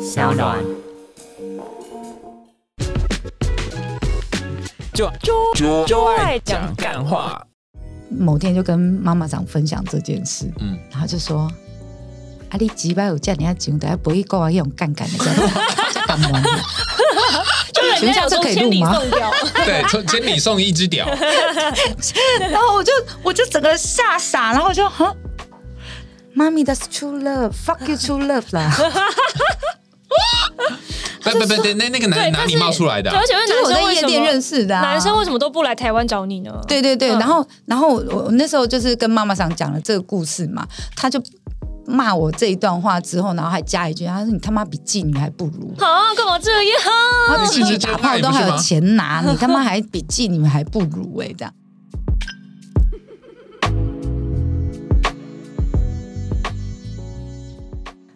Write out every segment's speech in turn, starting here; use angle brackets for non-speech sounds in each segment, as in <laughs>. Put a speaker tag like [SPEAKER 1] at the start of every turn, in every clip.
[SPEAKER 1] 小暖。
[SPEAKER 2] 就
[SPEAKER 3] 就
[SPEAKER 2] 就就爱
[SPEAKER 3] 爱
[SPEAKER 2] 讲
[SPEAKER 3] 讲
[SPEAKER 2] 干话，
[SPEAKER 3] 某天就跟妈妈长分享这件事，
[SPEAKER 2] 嗯，
[SPEAKER 3] 然后就说：“啊，你几百有叫人家上台，不会讲用杠杆的，这样这样干嘛呢？
[SPEAKER 4] 就人家有说千里送貂，
[SPEAKER 2] 对，千千里送一只
[SPEAKER 4] <laughs>
[SPEAKER 2] 屌，
[SPEAKER 3] 然后我就我就整个吓傻，然后我就哼，妈咪的 true love，fuck you true love
[SPEAKER 4] <laughs>
[SPEAKER 3] 啦。
[SPEAKER 2] 不不不，对，那那个
[SPEAKER 4] 对，
[SPEAKER 2] 拿拿
[SPEAKER 4] 但
[SPEAKER 2] 你
[SPEAKER 4] 是
[SPEAKER 2] 冒出来的
[SPEAKER 4] 对
[SPEAKER 2] 啊
[SPEAKER 4] 而，且问
[SPEAKER 3] 就是
[SPEAKER 4] 男
[SPEAKER 3] 我
[SPEAKER 4] 生
[SPEAKER 3] 在
[SPEAKER 4] 为
[SPEAKER 3] 夜
[SPEAKER 4] 什
[SPEAKER 3] 店
[SPEAKER 4] 么
[SPEAKER 3] 认识的、啊，
[SPEAKER 4] 男生为什么都不来台湾找你呢？
[SPEAKER 3] 对对对，
[SPEAKER 4] 嗯
[SPEAKER 3] 然后然后我我那时候就是跟妈妈桑讲了这个故事嘛，他就骂我这一段话之后，然后还加一句，他说你他妈比妓女还不如，
[SPEAKER 4] 啊，干嘛这样？
[SPEAKER 3] 他
[SPEAKER 2] 你是
[SPEAKER 3] 妓女
[SPEAKER 2] 直接
[SPEAKER 3] 打
[SPEAKER 2] 骂
[SPEAKER 3] 炮
[SPEAKER 2] 你
[SPEAKER 3] 都
[SPEAKER 2] 不
[SPEAKER 3] 还
[SPEAKER 2] 是吗
[SPEAKER 3] 有钱拿，你他妈还比妓女还不如哎、
[SPEAKER 2] <laughs>
[SPEAKER 3] 这样。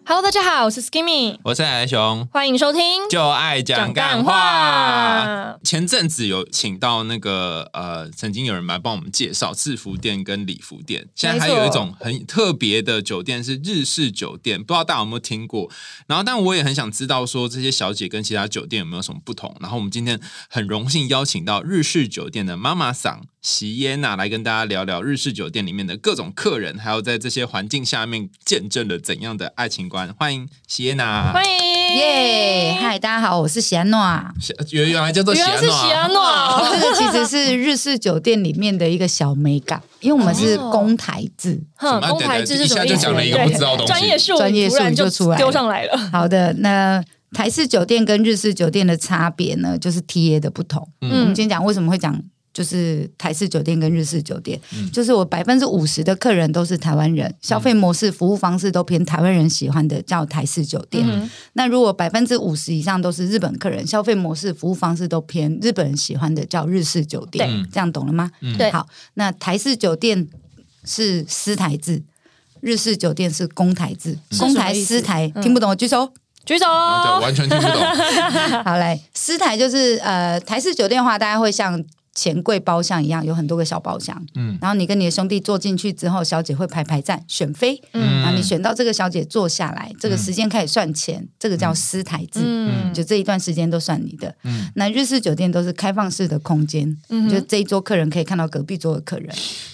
[SPEAKER 4] Hello，大家好，我是 Skimmy，
[SPEAKER 2] 我是奶奶熊，
[SPEAKER 4] 欢迎收听。
[SPEAKER 2] 就爱讲干
[SPEAKER 4] 讲干
[SPEAKER 2] 话
[SPEAKER 4] 话。
[SPEAKER 2] 前阵子有请到那个呃，曾经有人来帮我们介绍制服店跟礼服店，现在还有一种很特别的酒店是日式酒店，不知道大家有没有听过？然后，但我也很想知道说这些小姐跟其他酒店有没有什么不同。然后，我们今天很荣幸邀请到日式酒店的妈妈桑席耶娜来跟大家聊聊日式酒店里面的各种客人，还有在这些环境下面见证了怎样的爱情观。欢迎席耶娜，
[SPEAKER 4] 欢迎，
[SPEAKER 3] 耶，嗨，大家好，我是喜
[SPEAKER 2] <laughs>
[SPEAKER 3] 安诺。啊哦
[SPEAKER 2] 喜原原来叫做喜
[SPEAKER 4] 原来
[SPEAKER 2] 安
[SPEAKER 4] 是
[SPEAKER 2] 诺
[SPEAKER 4] 喜
[SPEAKER 2] 啊
[SPEAKER 4] 安。诺啊，
[SPEAKER 2] <laughs>
[SPEAKER 3] 这个其实是日式酒店里面的一个小美感，因为我们是
[SPEAKER 2] 哦
[SPEAKER 3] 公台制。
[SPEAKER 4] 哼，
[SPEAKER 2] 么
[SPEAKER 4] 公牌制是什么意
[SPEAKER 2] 一下
[SPEAKER 4] 思？
[SPEAKER 2] 就讲了一个
[SPEAKER 4] 对
[SPEAKER 2] 不知道的东西
[SPEAKER 4] 专业术语
[SPEAKER 3] 专业术语
[SPEAKER 4] 突然
[SPEAKER 3] 就出来了
[SPEAKER 4] 丢上来了。
[SPEAKER 3] 好的，那台式酒店跟日式酒店的差别呢，就是 T A 的不同。我们
[SPEAKER 4] 嗯
[SPEAKER 3] 今天讲为什么会讲就是台式酒店跟日式酒店，
[SPEAKER 2] 嗯
[SPEAKER 3] 就是我百分之五十的客人都是台湾人，消费模式、服务方式都偏台湾人喜欢的叫台式酒店。
[SPEAKER 4] 嗯
[SPEAKER 3] 那如果百分之五十以上都是日本客人，消费模式、服务方式都偏日本人喜欢的叫日式酒店
[SPEAKER 2] 对，
[SPEAKER 3] 这样懂了吗？
[SPEAKER 2] 嗯
[SPEAKER 4] 对
[SPEAKER 3] 好，那台式酒店是私台制。日式酒店是公台制，公台
[SPEAKER 4] 是什么意思
[SPEAKER 3] 私台
[SPEAKER 4] 嗯
[SPEAKER 3] 听不懂，举手。
[SPEAKER 4] 举手。
[SPEAKER 2] 对，完全听不懂。
[SPEAKER 3] 好来，私台就是呃，台式酒店的话，大家会像钱柜包厢一样，有很多个小包厢。
[SPEAKER 2] 嗯
[SPEAKER 3] 然后你跟你的兄弟坐进去之后，小姐会排排站选妃，
[SPEAKER 4] 嗯
[SPEAKER 3] 然后你选到这个小姐坐下来，这个
[SPEAKER 2] 嗯
[SPEAKER 3] 时间开始算钱，这个叫私台制。
[SPEAKER 4] 嗯
[SPEAKER 3] 就这一段时间都算你的。
[SPEAKER 2] 嗯
[SPEAKER 3] 那日式酒店都是开放式的空间，
[SPEAKER 4] 嗯哼
[SPEAKER 3] 就这一桌客人可以看到隔壁桌的客人，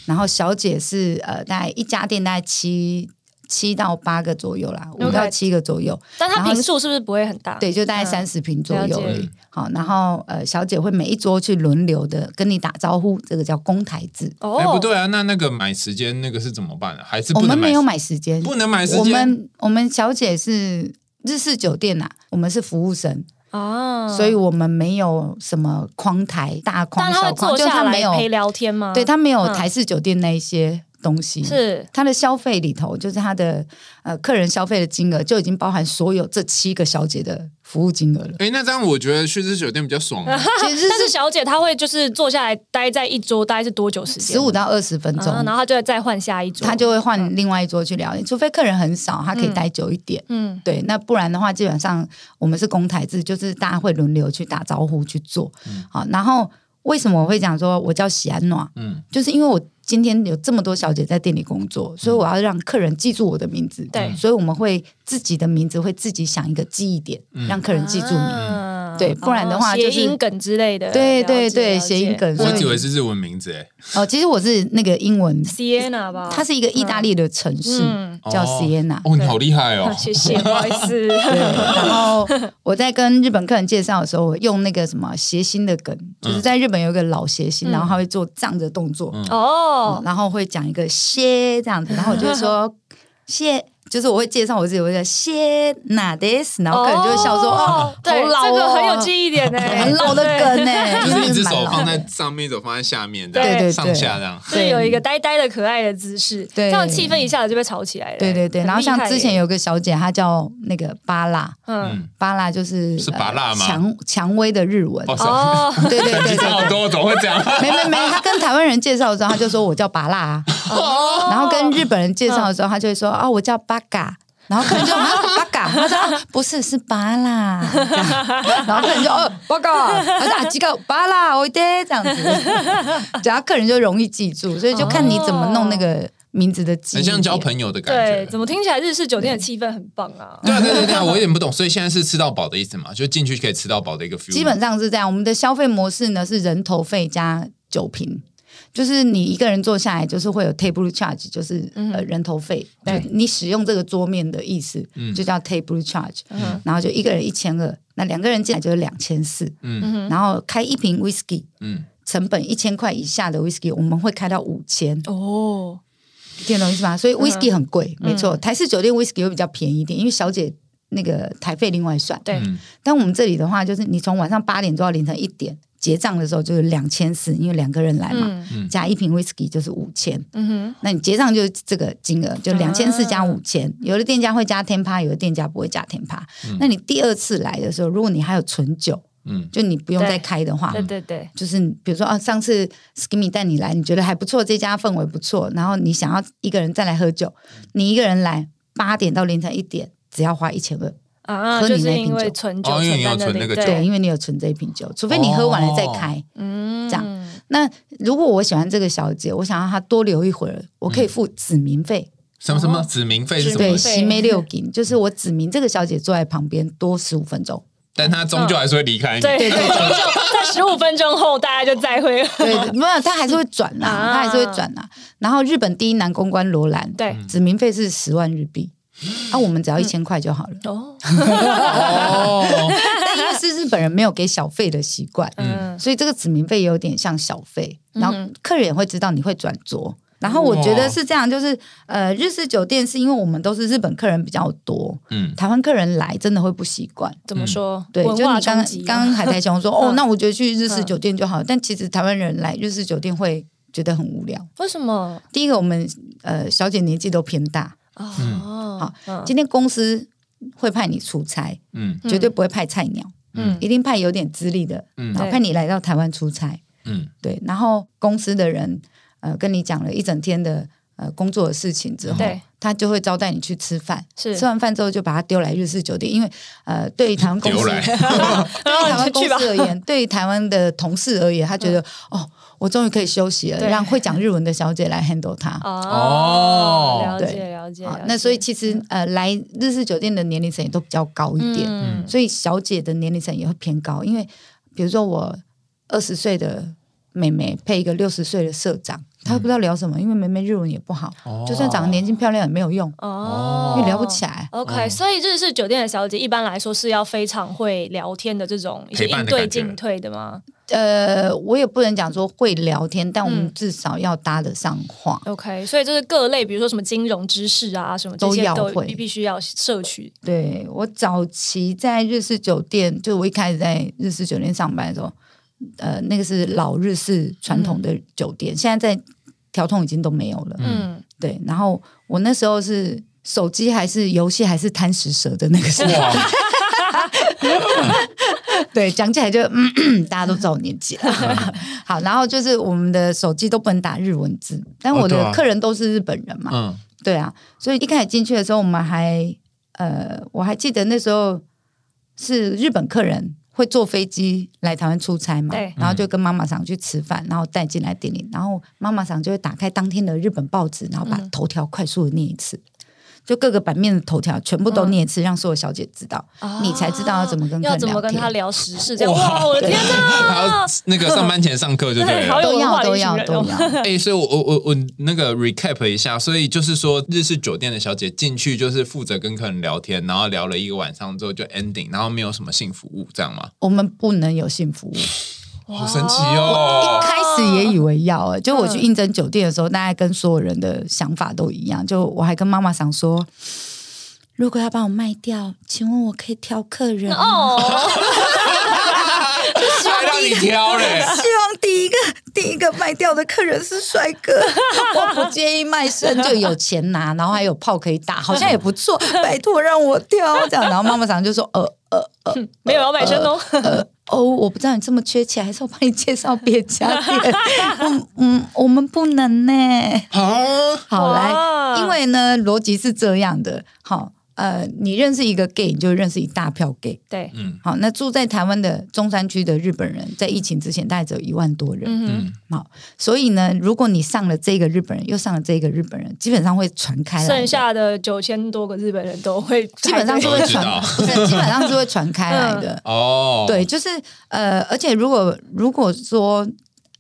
[SPEAKER 3] 然后小姐是呃，大概一家店大概七七到八个左右啦，
[SPEAKER 4] OK
[SPEAKER 3] 五到七个左右，
[SPEAKER 4] 但它
[SPEAKER 3] 然后
[SPEAKER 4] 平数是不是不会很大？
[SPEAKER 3] 对，就大概
[SPEAKER 4] 嗯
[SPEAKER 3] 三十平左右而
[SPEAKER 4] 了
[SPEAKER 3] 已
[SPEAKER 2] 解。
[SPEAKER 3] 好，然后呃，小姐会每一桌去轮流的跟你打招呼，这个叫公台制。
[SPEAKER 4] 哦，
[SPEAKER 2] 哎、不对啊，那那个买时间那个是怎么办、啊？还是
[SPEAKER 3] 我
[SPEAKER 2] 不能
[SPEAKER 3] 们
[SPEAKER 2] 买？
[SPEAKER 3] 没有买时间，
[SPEAKER 2] 不能买时
[SPEAKER 3] 我
[SPEAKER 2] 间。
[SPEAKER 3] 们我们小姐是日式酒店呐、我们是服务生，
[SPEAKER 4] 啊，
[SPEAKER 3] 所以我们没有什么框台、大框
[SPEAKER 4] 但、他
[SPEAKER 3] 小
[SPEAKER 4] 会
[SPEAKER 3] 框，
[SPEAKER 4] 坐
[SPEAKER 3] 就他
[SPEAKER 4] 下
[SPEAKER 3] 没
[SPEAKER 4] 来
[SPEAKER 3] 有
[SPEAKER 4] 陪聊天吗？
[SPEAKER 3] 对，它没有
[SPEAKER 4] 嗯
[SPEAKER 3] 台式酒店那一些东西，
[SPEAKER 4] 是
[SPEAKER 3] 它的消费里头，就是它的呃客人消费的金额就已经包含所有这七个小姐的服务金额了。
[SPEAKER 4] 嗯
[SPEAKER 2] 哎、那这样我觉得去日酒店比较爽、
[SPEAKER 4] <laughs>
[SPEAKER 2] 啊。
[SPEAKER 3] <laughs> 其实
[SPEAKER 4] 但是
[SPEAKER 3] 是
[SPEAKER 4] 小姐她会就是坐下来待在一桌，大概是多久时间？
[SPEAKER 3] 十五到二十分
[SPEAKER 4] 啊，然
[SPEAKER 3] 钟，
[SPEAKER 4] 后她就会嗯再换下一桌。
[SPEAKER 3] 他就会换另外一桌去聊天，除非客人很少，他可以待久一点。
[SPEAKER 4] 嗯
[SPEAKER 3] 对，那不然的话，基本上我们是公台制，就是大家会轮流去打招呼去做。好，然后为什么我会讲说我叫喜安暖？
[SPEAKER 2] 嗯，
[SPEAKER 3] 就是因为我今天有这么多小姐在店里工作，
[SPEAKER 2] 嗯
[SPEAKER 3] 所以我要让客人记住我的名字。
[SPEAKER 4] 对
[SPEAKER 3] 所以我们会自己的名字会自己想一个记忆点，
[SPEAKER 2] 嗯
[SPEAKER 3] 让客人记住你。
[SPEAKER 4] 啊
[SPEAKER 3] 对不然的话
[SPEAKER 4] 哦
[SPEAKER 3] 就
[SPEAKER 4] 谐
[SPEAKER 3] 是
[SPEAKER 4] 音梗之类的。
[SPEAKER 3] 对
[SPEAKER 4] 了解
[SPEAKER 3] 对对，
[SPEAKER 4] 了解
[SPEAKER 3] 谐音梗。所
[SPEAKER 2] 我以
[SPEAKER 3] 以
[SPEAKER 2] 为是日文名字哎、
[SPEAKER 3] 哦，其实我是那个英文，
[SPEAKER 4] Sienna 吧，
[SPEAKER 3] 它是一个意大利的城市，
[SPEAKER 4] 哦嗯，
[SPEAKER 3] 叫
[SPEAKER 2] 哦
[SPEAKER 3] Siena。
[SPEAKER 2] 哦，你好厉害哦
[SPEAKER 4] 啊！
[SPEAKER 3] <laughs>
[SPEAKER 4] 谢谢，不好意思。
[SPEAKER 3] 对，然后我在跟日本客人介绍的时候，我用那个什么谐星的梗，就是在日本有一个老谐星，
[SPEAKER 4] 嗯
[SPEAKER 3] 然后他会做仗着动作，
[SPEAKER 4] <laughs> 哦，
[SPEAKER 3] 然后会讲一个谢这样子，然后我就会说谢。
[SPEAKER 4] <laughs>
[SPEAKER 3] 就是我会介绍我自己，我会讲谢哪 this，然后客人就会笑说哦，
[SPEAKER 4] 对，
[SPEAKER 3] 好老哦，
[SPEAKER 4] 这个很有记忆点呢，
[SPEAKER 3] <laughs> 很老的梗呢，欸 <laughs>
[SPEAKER 2] 就是一只
[SPEAKER 3] 蛮
[SPEAKER 2] 手
[SPEAKER 3] 老
[SPEAKER 2] 放
[SPEAKER 3] 的
[SPEAKER 2] 在上面，一手放在下面，这
[SPEAKER 4] 对
[SPEAKER 2] 样
[SPEAKER 3] 对对
[SPEAKER 2] 上下这样。
[SPEAKER 4] 对，就是有一个呆呆的可爱的姿势，
[SPEAKER 3] 对
[SPEAKER 4] 这样气氛一下子就被炒起来了。
[SPEAKER 3] 对对对。
[SPEAKER 4] 很厉害
[SPEAKER 3] 然后像之前
[SPEAKER 4] 耶，
[SPEAKER 3] 有个小姐，她叫那个巴拉，
[SPEAKER 4] 嗯，
[SPEAKER 2] 嗯，
[SPEAKER 3] 巴拉就是
[SPEAKER 2] 是
[SPEAKER 3] 呃
[SPEAKER 2] 巴拉吗
[SPEAKER 3] 蔷蔷薇的日文，
[SPEAKER 2] 哦，是啊
[SPEAKER 4] 哦，
[SPEAKER 3] 对对
[SPEAKER 2] 你
[SPEAKER 3] 对
[SPEAKER 2] <laughs> 知道好
[SPEAKER 3] 对。
[SPEAKER 2] 多，怎么会这样？
[SPEAKER 3] 没没没，她跟台湾人介绍的时候，她就说我叫巴拉啊，
[SPEAKER 2] <laughs>
[SPEAKER 4] 哦
[SPEAKER 3] 然后跟日本人介绍的时候，她就会说啊我叫巴嘎，然后客人就啊巴嘎，她说啊不是是巴拉，这样然后客人就哦巴嘎，她说啊几个巴拉我的这样子，只要客人就容易记住，所以就看你怎么弄那个名字的记忆
[SPEAKER 2] 很
[SPEAKER 3] 点，
[SPEAKER 2] 像交朋友的感
[SPEAKER 4] 对，
[SPEAKER 2] 觉。
[SPEAKER 4] 怎么听起来日式酒店的气氛很棒啊？
[SPEAKER 2] 对啊，对对对啊，我有点不懂，所以现在是吃到饱的意思嘛？就进去可以吃到饱的一个 feel 吗。
[SPEAKER 3] 基本上是这样。我们的消费模式呢是人头费加酒瓶，就是你一个人坐下来，就是会有 table charge，就是、呃人头费，
[SPEAKER 4] 嗯对
[SPEAKER 3] 就你使用这个桌面的意思，就叫 table charge、
[SPEAKER 4] 嗯哼
[SPEAKER 3] 然后就一个人一千二，那两个人进来就是两千四，
[SPEAKER 2] 嗯
[SPEAKER 3] 然后开一瓶 whisky。
[SPEAKER 2] 嗯，
[SPEAKER 3] 成本一千块以下的 whisky，我们会开到五千，
[SPEAKER 4] 哦，
[SPEAKER 3] 听得懂意思吗？
[SPEAKER 4] 嗯
[SPEAKER 3] 所以 whisky 很贵，没错。台式酒店 whisky 会比较便宜一点，因为小姐那个台费另外算。
[SPEAKER 4] 对，
[SPEAKER 2] 嗯
[SPEAKER 3] 但我们这里的话，就是你从晚上八点做到凌晨一点，结账的时候就是两千四，因为两个人来嘛，
[SPEAKER 4] 嗯
[SPEAKER 2] 嗯
[SPEAKER 3] 加一瓶 whisky 就是五千。
[SPEAKER 4] 嗯哼，
[SPEAKER 3] 那你结账就是这个金额，就
[SPEAKER 4] 啊
[SPEAKER 3] 两千四加五千。有的店家会加 ten 趴，有的店家不会加 ten 趴。
[SPEAKER 4] 嗯
[SPEAKER 3] 那你第二次来的时候，如果你还有存酒，
[SPEAKER 2] 嗯
[SPEAKER 3] 就你不用
[SPEAKER 4] 对
[SPEAKER 3] 再开的话
[SPEAKER 4] 对。对对，
[SPEAKER 3] 就是比如说啊，上次 Skimmy 带你来，你觉得还不错，这家氛围不错，然后你想要一个人再来喝酒，你一个人来八点到凌晨一点，只要花一千二，
[SPEAKER 4] 啊，
[SPEAKER 3] 喝你
[SPEAKER 4] 就是
[SPEAKER 3] 那瓶
[SPEAKER 4] 因为
[SPEAKER 3] 酒
[SPEAKER 4] 存酒
[SPEAKER 2] 哦因为你要
[SPEAKER 4] 承担的
[SPEAKER 2] 存那
[SPEAKER 4] 零
[SPEAKER 2] 个酒
[SPEAKER 3] 对，
[SPEAKER 4] 对，
[SPEAKER 3] 因为你有存这一瓶酒，除非你喝完了再开。
[SPEAKER 4] 嗯，
[SPEAKER 3] 这样那如果我喜欢这个小姐，我想让她多留一会儿，我可以付子民费，
[SPEAKER 2] 什么什么嗯指名费是什么
[SPEAKER 3] 哦对，
[SPEAKER 2] 东
[SPEAKER 4] 子
[SPEAKER 2] 西？
[SPEAKER 4] 民费
[SPEAKER 3] 席梅六金，就是我指明这个小姐坐在旁边多十五分钟。
[SPEAKER 2] 但他终究还是会离开你。
[SPEAKER 4] 对对对，就在十五分钟后大家就再会了。
[SPEAKER 3] 对，没有，她还是会转啦，
[SPEAKER 4] 啊
[SPEAKER 3] 她还是会转啦。然后日本第一男公关罗兰，
[SPEAKER 4] 对，
[SPEAKER 3] 指名费是十万日币，啊，我们只要一千块就好了。
[SPEAKER 4] 哦，
[SPEAKER 2] 哦，
[SPEAKER 3] 但因为是日本人没有给小费的习惯，
[SPEAKER 4] 嗯，
[SPEAKER 3] 所以这个指名费有点像小费，然后客人也会知道你会转桌。然后我觉得是这样，就是呃，日式酒店是因为我们都是日本客人比较多，
[SPEAKER 2] 嗯，
[SPEAKER 3] 台湾客人来真的会不习惯。
[SPEAKER 4] 怎么说？
[SPEAKER 3] 嗯对，就
[SPEAKER 4] 文
[SPEAKER 3] 你
[SPEAKER 4] 化
[SPEAKER 3] 刚刚
[SPEAKER 4] 冲击啊嗯
[SPEAKER 3] 刚
[SPEAKER 4] 吗
[SPEAKER 3] 刚海苔熊
[SPEAKER 4] <laughs>
[SPEAKER 3] 说，哦，
[SPEAKER 4] 嗯
[SPEAKER 3] 那我觉得去日式酒店就好，但其实台湾人来日式酒店会觉得很无聊。
[SPEAKER 4] 为什么？
[SPEAKER 3] 第一个，我们呃小姐年纪都偏大，
[SPEAKER 2] 嗯
[SPEAKER 4] 哦，好
[SPEAKER 3] 今天公司会派你出差，
[SPEAKER 2] 嗯
[SPEAKER 3] 绝对不会派菜鸟，
[SPEAKER 4] 嗯
[SPEAKER 3] 一定派有点资历的，
[SPEAKER 2] 嗯
[SPEAKER 3] 然后派你来到台湾出差。
[SPEAKER 2] 嗯
[SPEAKER 3] 对，然后公司的人呃跟你讲了一整天的呃工作的事情之后
[SPEAKER 4] 对，
[SPEAKER 3] 他就会招待你去吃饭。
[SPEAKER 4] 是
[SPEAKER 3] 吃完饭之后就把他丢来日式酒店，因为呃，对于台湾公司，
[SPEAKER 2] 丢
[SPEAKER 4] <laughs>
[SPEAKER 2] 来
[SPEAKER 3] 对于台湾公
[SPEAKER 4] 哦去吧嗯
[SPEAKER 3] 司而言，对于台湾的同事而言，他觉得、哦，我终于可以休息了，
[SPEAKER 4] 对
[SPEAKER 3] 让会讲日文的小姐来 handle 他。
[SPEAKER 4] 哦，了解
[SPEAKER 3] 对
[SPEAKER 4] 了解
[SPEAKER 3] 啊
[SPEAKER 4] 了，
[SPEAKER 3] 那所以
[SPEAKER 4] 解
[SPEAKER 3] 其实呃，来日式酒店的年龄层也都比较高一点，
[SPEAKER 4] 嗯
[SPEAKER 3] 所以小姐的年龄层也会偏高，因为比如说我二十岁的妹妹配一个六十岁的社长，她不知道聊什么，因为妹妹日文也不好，
[SPEAKER 2] 哦
[SPEAKER 3] 就算长得年轻漂亮也没有用，
[SPEAKER 4] 哦，
[SPEAKER 3] 因为聊不起来。
[SPEAKER 2] 嗯
[SPEAKER 4] OK，、所以日式酒店的小姐一般来说是要非常会聊天的这种一些
[SPEAKER 2] 陪伴
[SPEAKER 4] 应
[SPEAKER 2] 的感
[SPEAKER 4] 对
[SPEAKER 2] 觉
[SPEAKER 4] 进退的吗
[SPEAKER 3] 呃，我也不能讲说会聊天，但我们
[SPEAKER 4] 嗯
[SPEAKER 3] 至少要搭得上话。
[SPEAKER 4] ？OK，所以就是各类，比如说什么金融知识啊，什么这些
[SPEAKER 3] 都要
[SPEAKER 4] 都
[SPEAKER 3] 会
[SPEAKER 4] 必必须要摄取。
[SPEAKER 3] 对我早期在日式酒店，就我一开始在日式酒店上班的时候，呃，那个是老日式传统的酒店，现在在调通已经都没有了。
[SPEAKER 4] 嗯，
[SPEAKER 3] 对，然后我那时候是手机还是游戏还是贪食蛇的
[SPEAKER 2] <laughs>
[SPEAKER 3] 那个
[SPEAKER 2] 啊
[SPEAKER 3] 时候，
[SPEAKER 4] 啊
[SPEAKER 2] 哇，
[SPEAKER 3] 对，讲起来就嗯咳大家都知道我年纪了。
[SPEAKER 2] 嗯
[SPEAKER 3] <laughs> 好，然后就是我们的手机都不能打日文字，但我
[SPEAKER 2] 哦对啊
[SPEAKER 3] 的客人都是日本人嘛，
[SPEAKER 2] 嗯
[SPEAKER 3] 对啊，所以一开始进去的时候，我们还呃，我还记得那时候是日本客人会坐飞机来台湾出差嘛
[SPEAKER 4] 对，
[SPEAKER 3] 然后就跟妈妈桑去吃饭，然后带进来店里，然后妈妈桑就会打开当天的日本报纸，然后
[SPEAKER 4] 嗯
[SPEAKER 3] 把头条快速的念一次。就各个版面的头条全部都念一次，让所有小姐知道，你才知道要怎么跟客
[SPEAKER 4] 嗯啊要
[SPEAKER 3] 人
[SPEAKER 4] 怎
[SPEAKER 3] 聊
[SPEAKER 4] 么跟
[SPEAKER 3] 天
[SPEAKER 4] 他。聊时事这样。哇，我的天
[SPEAKER 2] 还
[SPEAKER 4] 哪
[SPEAKER 2] 要！那个上班前上课就对
[SPEAKER 4] 对好
[SPEAKER 2] 了。
[SPEAKER 4] 有
[SPEAKER 3] 都
[SPEAKER 4] 文
[SPEAKER 3] 要
[SPEAKER 4] 化的
[SPEAKER 3] 都
[SPEAKER 4] 一群
[SPEAKER 3] 要
[SPEAKER 4] 人
[SPEAKER 3] 都
[SPEAKER 4] 哦
[SPEAKER 3] 要，
[SPEAKER 2] 哎、所以我我我我那个 recap 一下，所以就是说日式酒店的小姐进去就是负责跟客人聊天，然后聊了一个晚上之后就 ending，然后没有什么性服务，这样吗？
[SPEAKER 3] 我们不能有性服务。
[SPEAKER 2] 好神奇
[SPEAKER 4] <laughs>
[SPEAKER 2] 哦！
[SPEAKER 3] 开始也以为要、欸，就我去应征酒店的时候，大概跟所有人的想法都一样。就我还跟妈妈想说，如果要把我卖掉，请问我可以挑客人吗？
[SPEAKER 4] 哦，
[SPEAKER 2] 还让你挑嘞，
[SPEAKER 3] 希望第一个第一个卖掉的客人是帅哥，我不介意卖身，就有钱拿，然后还有炮可以打，好像也不错。拜托让我挑这样，然后妈妈想就说呃呃
[SPEAKER 4] 没有要买身哦。
[SPEAKER 3] 呃，哦，我不知道你这么缺钱，还是我帮你介绍别家店。嗯嗯，我们不能呢。欸
[SPEAKER 2] 啊，
[SPEAKER 3] 好来，
[SPEAKER 4] 哇
[SPEAKER 3] 因为呢，逻辑是这样的。好，呃，你认识一个 gay，你就认识一大票 gay。
[SPEAKER 4] 对，
[SPEAKER 2] 嗯
[SPEAKER 3] 好，那住在台湾的中山区的日本人，在疫情之前大概只有一万多人。
[SPEAKER 4] 嗯
[SPEAKER 2] 嗯，
[SPEAKER 3] 好，所以呢，如果你上了这个日本人，又上了这个日本人，基本上会传开
[SPEAKER 4] 哼，
[SPEAKER 3] 来的。
[SPEAKER 4] 剩下的九千多个日本人都会
[SPEAKER 3] <laughs> 基本上是
[SPEAKER 2] 说
[SPEAKER 3] 会
[SPEAKER 2] 我知
[SPEAKER 3] 传
[SPEAKER 2] 道，
[SPEAKER 3] 不是基本上是会传开来的。
[SPEAKER 4] 嗯
[SPEAKER 2] 哦，
[SPEAKER 3] 对，，就是呃，而且如果如果说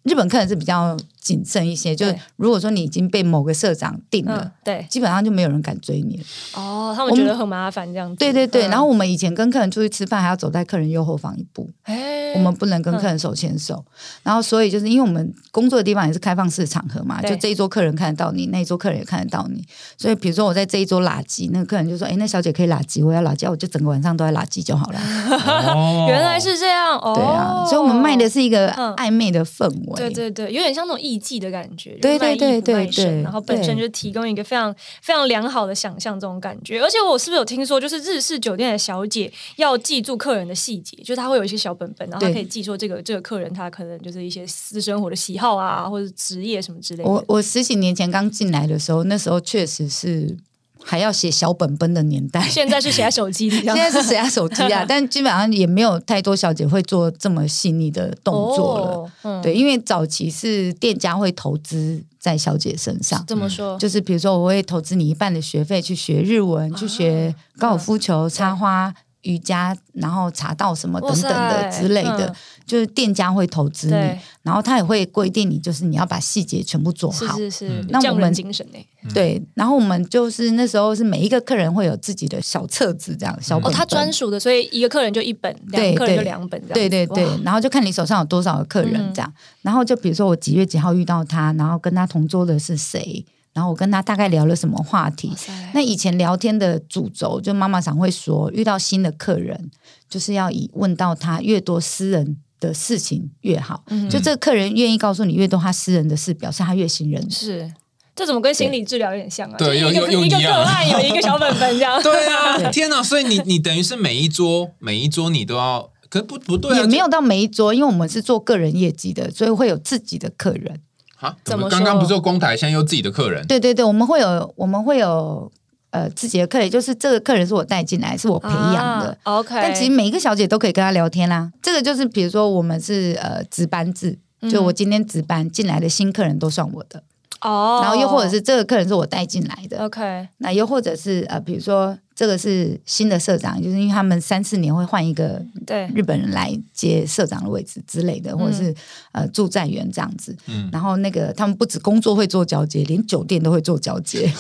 [SPEAKER 3] 日本客人是比较谨慎一些，就是
[SPEAKER 4] 对
[SPEAKER 3] 如果说你已经被某个社长定了。
[SPEAKER 4] 嗯，对，
[SPEAKER 3] 基本上就没有人敢追你了。
[SPEAKER 4] 哦，他们觉得很麻烦这样子。
[SPEAKER 3] 对对对，
[SPEAKER 4] 嗯
[SPEAKER 3] 然后我们以前跟客人出去吃饭，还要走在客人右后方一步，
[SPEAKER 4] 哎，
[SPEAKER 3] 我们不能跟客人手牵手。然后所以就是因为我们工作的地方也是开放式场合嘛，
[SPEAKER 4] 对
[SPEAKER 3] 就这一桌客人看得到你，那一桌客人也看得到你。所以比如说我在这一桌拉鸡，那个客人就说：“哎，那小姐可以拉鸡，我要拉鸡，我就整个晚上都在拉鸡就好了。
[SPEAKER 2] 哦
[SPEAKER 4] <laughs> 原来是这样哦，
[SPEAKER 3] 对啊，所以我们卖的是一个
[SPEAKER 4] 嗯
[SPEAKER 3] 暧昧的氛围。
[SPEAKER 4] 对对对，有点像那种艺妓的感觉，就是
[SPEAKER 3] 对
[SPEAKER 4] 卖
[SPEAKER 3] 对
[SPEAKER 4] 艺
[SPEAKER 3] 对
[SPEAKER 4] 不卖
[SPEAKER 3] 对
[SPEAKER 4] 身
[SPEAKER 3] 对
[SPEAKER 4] 然后本身就提供一个非常非常良好的想象这种感觉。而且我是不是有听说，就是日式酒店的小姐要记住客人的细节，就是她会有一些小本本，然后她
[SPEAKER 3] 对
[SPEAKER 4] 可以记说这个这个客人他可能就是一些私生活的喜好啊，或者职业什么之类
[SPEAKER 3] 我
[SPEAKER 4] 的。
[SPEAKER 3] 我十几年前刚进来的时候，那时候确实是还要写小本本的年代。
[SPEAKER 4] 现在是写在手机里，这 <laughs>
[SPEAKER 3] 现
[SPEAKER 4] 样
[SPEAKER 3] 在是谁家手机啊？但基本上也没有太多小姐会做这么细腻的动作了。
[SPEAKER 4] 哦嗯，
[SPEAKER 3] 对，因为早期是店家会投资在小姐身上，
[SPEAKER 4] 这么说，
[SPEAKER 3] 嗯就是比如说我会投资你一半的学费去学日文，
[SPEAKER 4] 啊
[SPEAKER 3] 去学高尔夫球、插花、瑜伽，然后茶道什么等等
[SPEAKER 4] 哇
[SPEAKER 3] 的
[SPEAKER 4] 塞
[SPEAKER 3] 之类的，
[SPEAKER 4] 嗯
[SPEAKER 3] 就是店家会投资你
[SPEAKER 4] 对，
[SPEAKER 3] 然后他也会规定你，就是你要把细节全部做
[SPEAKER 4] 是
[SPEAKER 3] 好。
[SPEAKER 4] 是是
[SPEAKER 2] 嗯，
[SPEAKER 3] 那我
[SPEAKER 4] 匠人
[SPEAKER 3] 们嗯
[SPEAKER 4] 精神哎。
[SPEAKER 3] 对，然后我们就是那时候是每一个客人会有自己的小册子，这样小本
[SPEAKER 4] 哦，
[SPEAKER 3] 本。
[SPEAKER 4] 他专属的，所以一个客人就一本，两
[SPEAKER 3] 嗯
[SPEAKER 4] 个
[SPEAKER 3] 对
[SPEAKER 4] 客人就
[SPEAKER 3] 对
[SPEAKER 4] 两本这样子。
[SPEAKER 3] 对对对
[SPEAKER 4] 哇，，
[SPEAKER 3] 然后就看你手上有多少个客人
[SPEAKER 4] 嗯
[SPEAKER 3] 这样，然后就比如说我几月几号遇到他，然后跟他同桌的是谁，然后我跟他大概聊了什么话题
[SPEAKER 4] 哇。塞
[SPEAKER 3] 那以前聊天的主轴，就妈妈常会说，遇到新的客人，就是要以问到他越多私人的事情越好。
[SPEAKER 4] 嗯
[SPEAKER 3] 就这个客人愿意告诉你越多他私人的事，表示他越信任你。
[SPEAKER 4] 是，这怎么跟心理治疗有点像啊？
[SPEAKER 2] 对
[SPEAKER 4] 就是一
[SPEAKER 2] 又
[SPEAKER 4] 个
[SPEAKER 2] 又又
[SPEAKER 4] 一个
[SPEAKER 2] 一
[SPEAKER 4] 个
[SPEAKER 2] 样
[SPEAKER 4] 案有一个小本本这
[SPEAKER 2] <laughs>
[SPEAKER 4] 样。
[SPEAKER 2] 对啊，
[SPEAKER 3] 对
[SPEAKER 2] 天哪！所以你你等于是每一桌每一桌你都要，可不不对啊，
[SPEAKER 3] 也没有到每一桌，因为我们是做个人业绩的，所以会有自己的客人。
[SPEAKER 2] 啊，
[SPEAKER 4] 怎么说
[SPEAKER 2] 刚刚不是有光台，现在又自己的客人，
[SPEAKER 3] 对对对，我们会有我们会有呃自己的客人，就是这个客人是我带进来，是我培养的。
[SPEAKER 4] 啊 OK，
[SPEAKER 3] 但其实每一个小姐都可以跟他聊天啦。这个就是比如说我们是呃值班制，
[SPEAKER 4] 嗯
[SPEAKER 3] 就我今天值班进来的新客人都算我的，
[SPEAKER 4] 哦，
[SPEAKER 3] 然后又或者是这个客人是我带进来的，
[SPEAKER 4] OK，
[SPEAKER 3] 那又或者是呃比如说这个是新的社长，就是因为他们三四年会换一个
[SPEAKER 4] 对，
[SPEAKER 3] 日本人来接社长的位置之类
[SPEAKER 4] 嗯
[SPEAKER 3] 的，或者是呃驻站员这样子。
[SPEAKER 2] 嗯
[SPEAKER 3] 然后那个他们不止工作会做交接，连酒店都会做交接。
[SPEAKER 4] <laughs>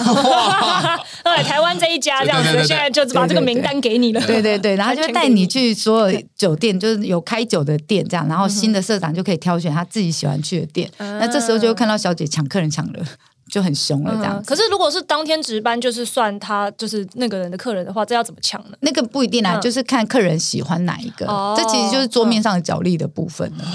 [SPEAKER 4] 后来台湾这一家这样子
[SPEAKER 2] 对对，对对
[SPEAKER 4] 现在就把这个名单给你了。 <laughs>
[SPEAKER 3] 对对对，然后就会带你去所有酒店，就是有开酒的店这样，然后新的社长就可以挑选他自己喜欢去的店。
[SPEAKER 4] 嗯
[SPEAKER 3] 那这时候就会看到小姐抢客人抢了，就很凶了这样
[SPEAKER 4] 嗯，
[SPEAKER 3] 子。
[SPEAKER 4] 可是如果是当天值班，就是算他就是那个人的客人的话，这要怎么抢呢？
[SPEAKER 3] 那个不一定啊，
[SPEAKER 4] 嗯
[SPEAKER 3] 就是看客人喜欢哪一个
[SPEAKER 4] 哦。嗯
[SPEAKER 3] 这其实就是桌面上的角力的部分了。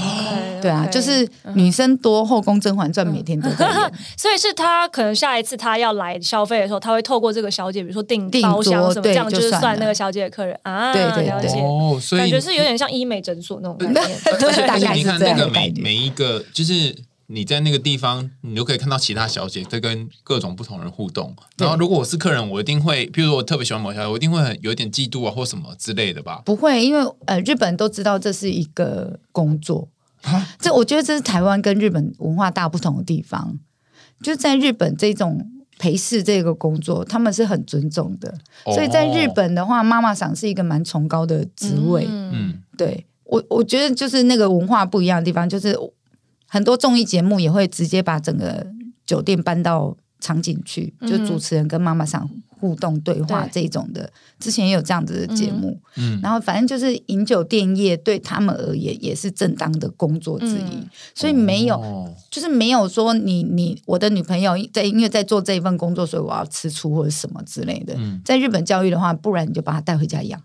[SPEAKER 3] 对啊，就是女生多，后宫《甄嬛传》每天都在演。
[SPEAKER 4] 所以是他可能下一次他要来消费的时候，他会透过这个小姐，比如说订
[SPEAKER 3] 订
[SPEAKER 4] 包厢
[SPEAKER 3] 桌
[SPEAKER 4] 什么，
[SPEAKER 3] 对
[SPEAKER 4] 这样
[SPEAKER 3] 就
[SPEAKER 4] 就是
[SPEAKER 3] 算
[SPEAKER 4] 算
[SPEAKER 3] 了
[SPEAKER 4] 那个小姐的客人啊。
[SPEAKER 3] 对对
[SPEAKER 4] 了
[SPEAKER 3] 对
[SPEAKER 4] 解，
[SPEAKER 2] 哦，所
[SPEAKER 4] 感
[SPEAKER 2] 以
[SPEAKER 4] 觉是有点像医美诊所那种感觉。
[SPEAKER 3] 对，大
[SPEAKER 2] 而且
[SPEAKER 3] 概
[SPEAKER 2] 你
[SPEAKER 3] 是
[SPEAKER 2] 看
[SPEAKER 3] 这
[SPEAKER 2] 那
[SPEAKER 3] 样
[SPEAKER 2] 个
[SPEAKER 3] 的
[SPEAKER 2] 每
[SPEAKER 3] 概念。
[SPEAKER 2] 每一个就是。你在那个地方，你就可以看到其他小姐在跟各种不同人互动。
[SPEAKER 3] 对
[SPEAKER 2] 然后，如果我是客人，我一定会，譬如说我特别喜欢某小姐，我一定会很有点嫉妒啊，或什么之类的吧。
[SPEAKER 3] 不会，因为呃，日本都知道这是一个工作。这我觉得这是台湾跟日本文化大不同的地方，就在日本这种陪侍这个工作，他们是很尊重的。
[SPEAKER 2] 哦
[SPEAKER 3] 所以在日，本的话，妈妈桑是一个蛮崇高的职位。
[SPEAKER 2] 嗯，
[SPEAKER 3] 对我，我觉得就是那个文化不一样的地方，就是很多综艺节目也会直接把整个酒店搬到场景去，就
[SPEAKER 4] 嗯
[SPEAKER 3] 主持人跟妈妈桑互动对话
[SPEAKER 4] 对
[SPEAKER 3] 这一种的。之前也有这样子的节目。
[SPEAKER 2] 嗯
[SPEAKER 3] 然后反正就是饮酒店业对他们而言也是正当的工作之一，
[SPEAKER 4] 嗯
[SPEAKER 3] 所以没有、
[SPEAKER 2] 哦
[SPEAKER 3] 就是没有说你你我的女朋友在因为在做这一份工作，所以我要吃醋或者什么之类的。
[SPEAKER 2] 嗯
[SPEAKER 3] 在日本教育的话，不然你就把她带回家养。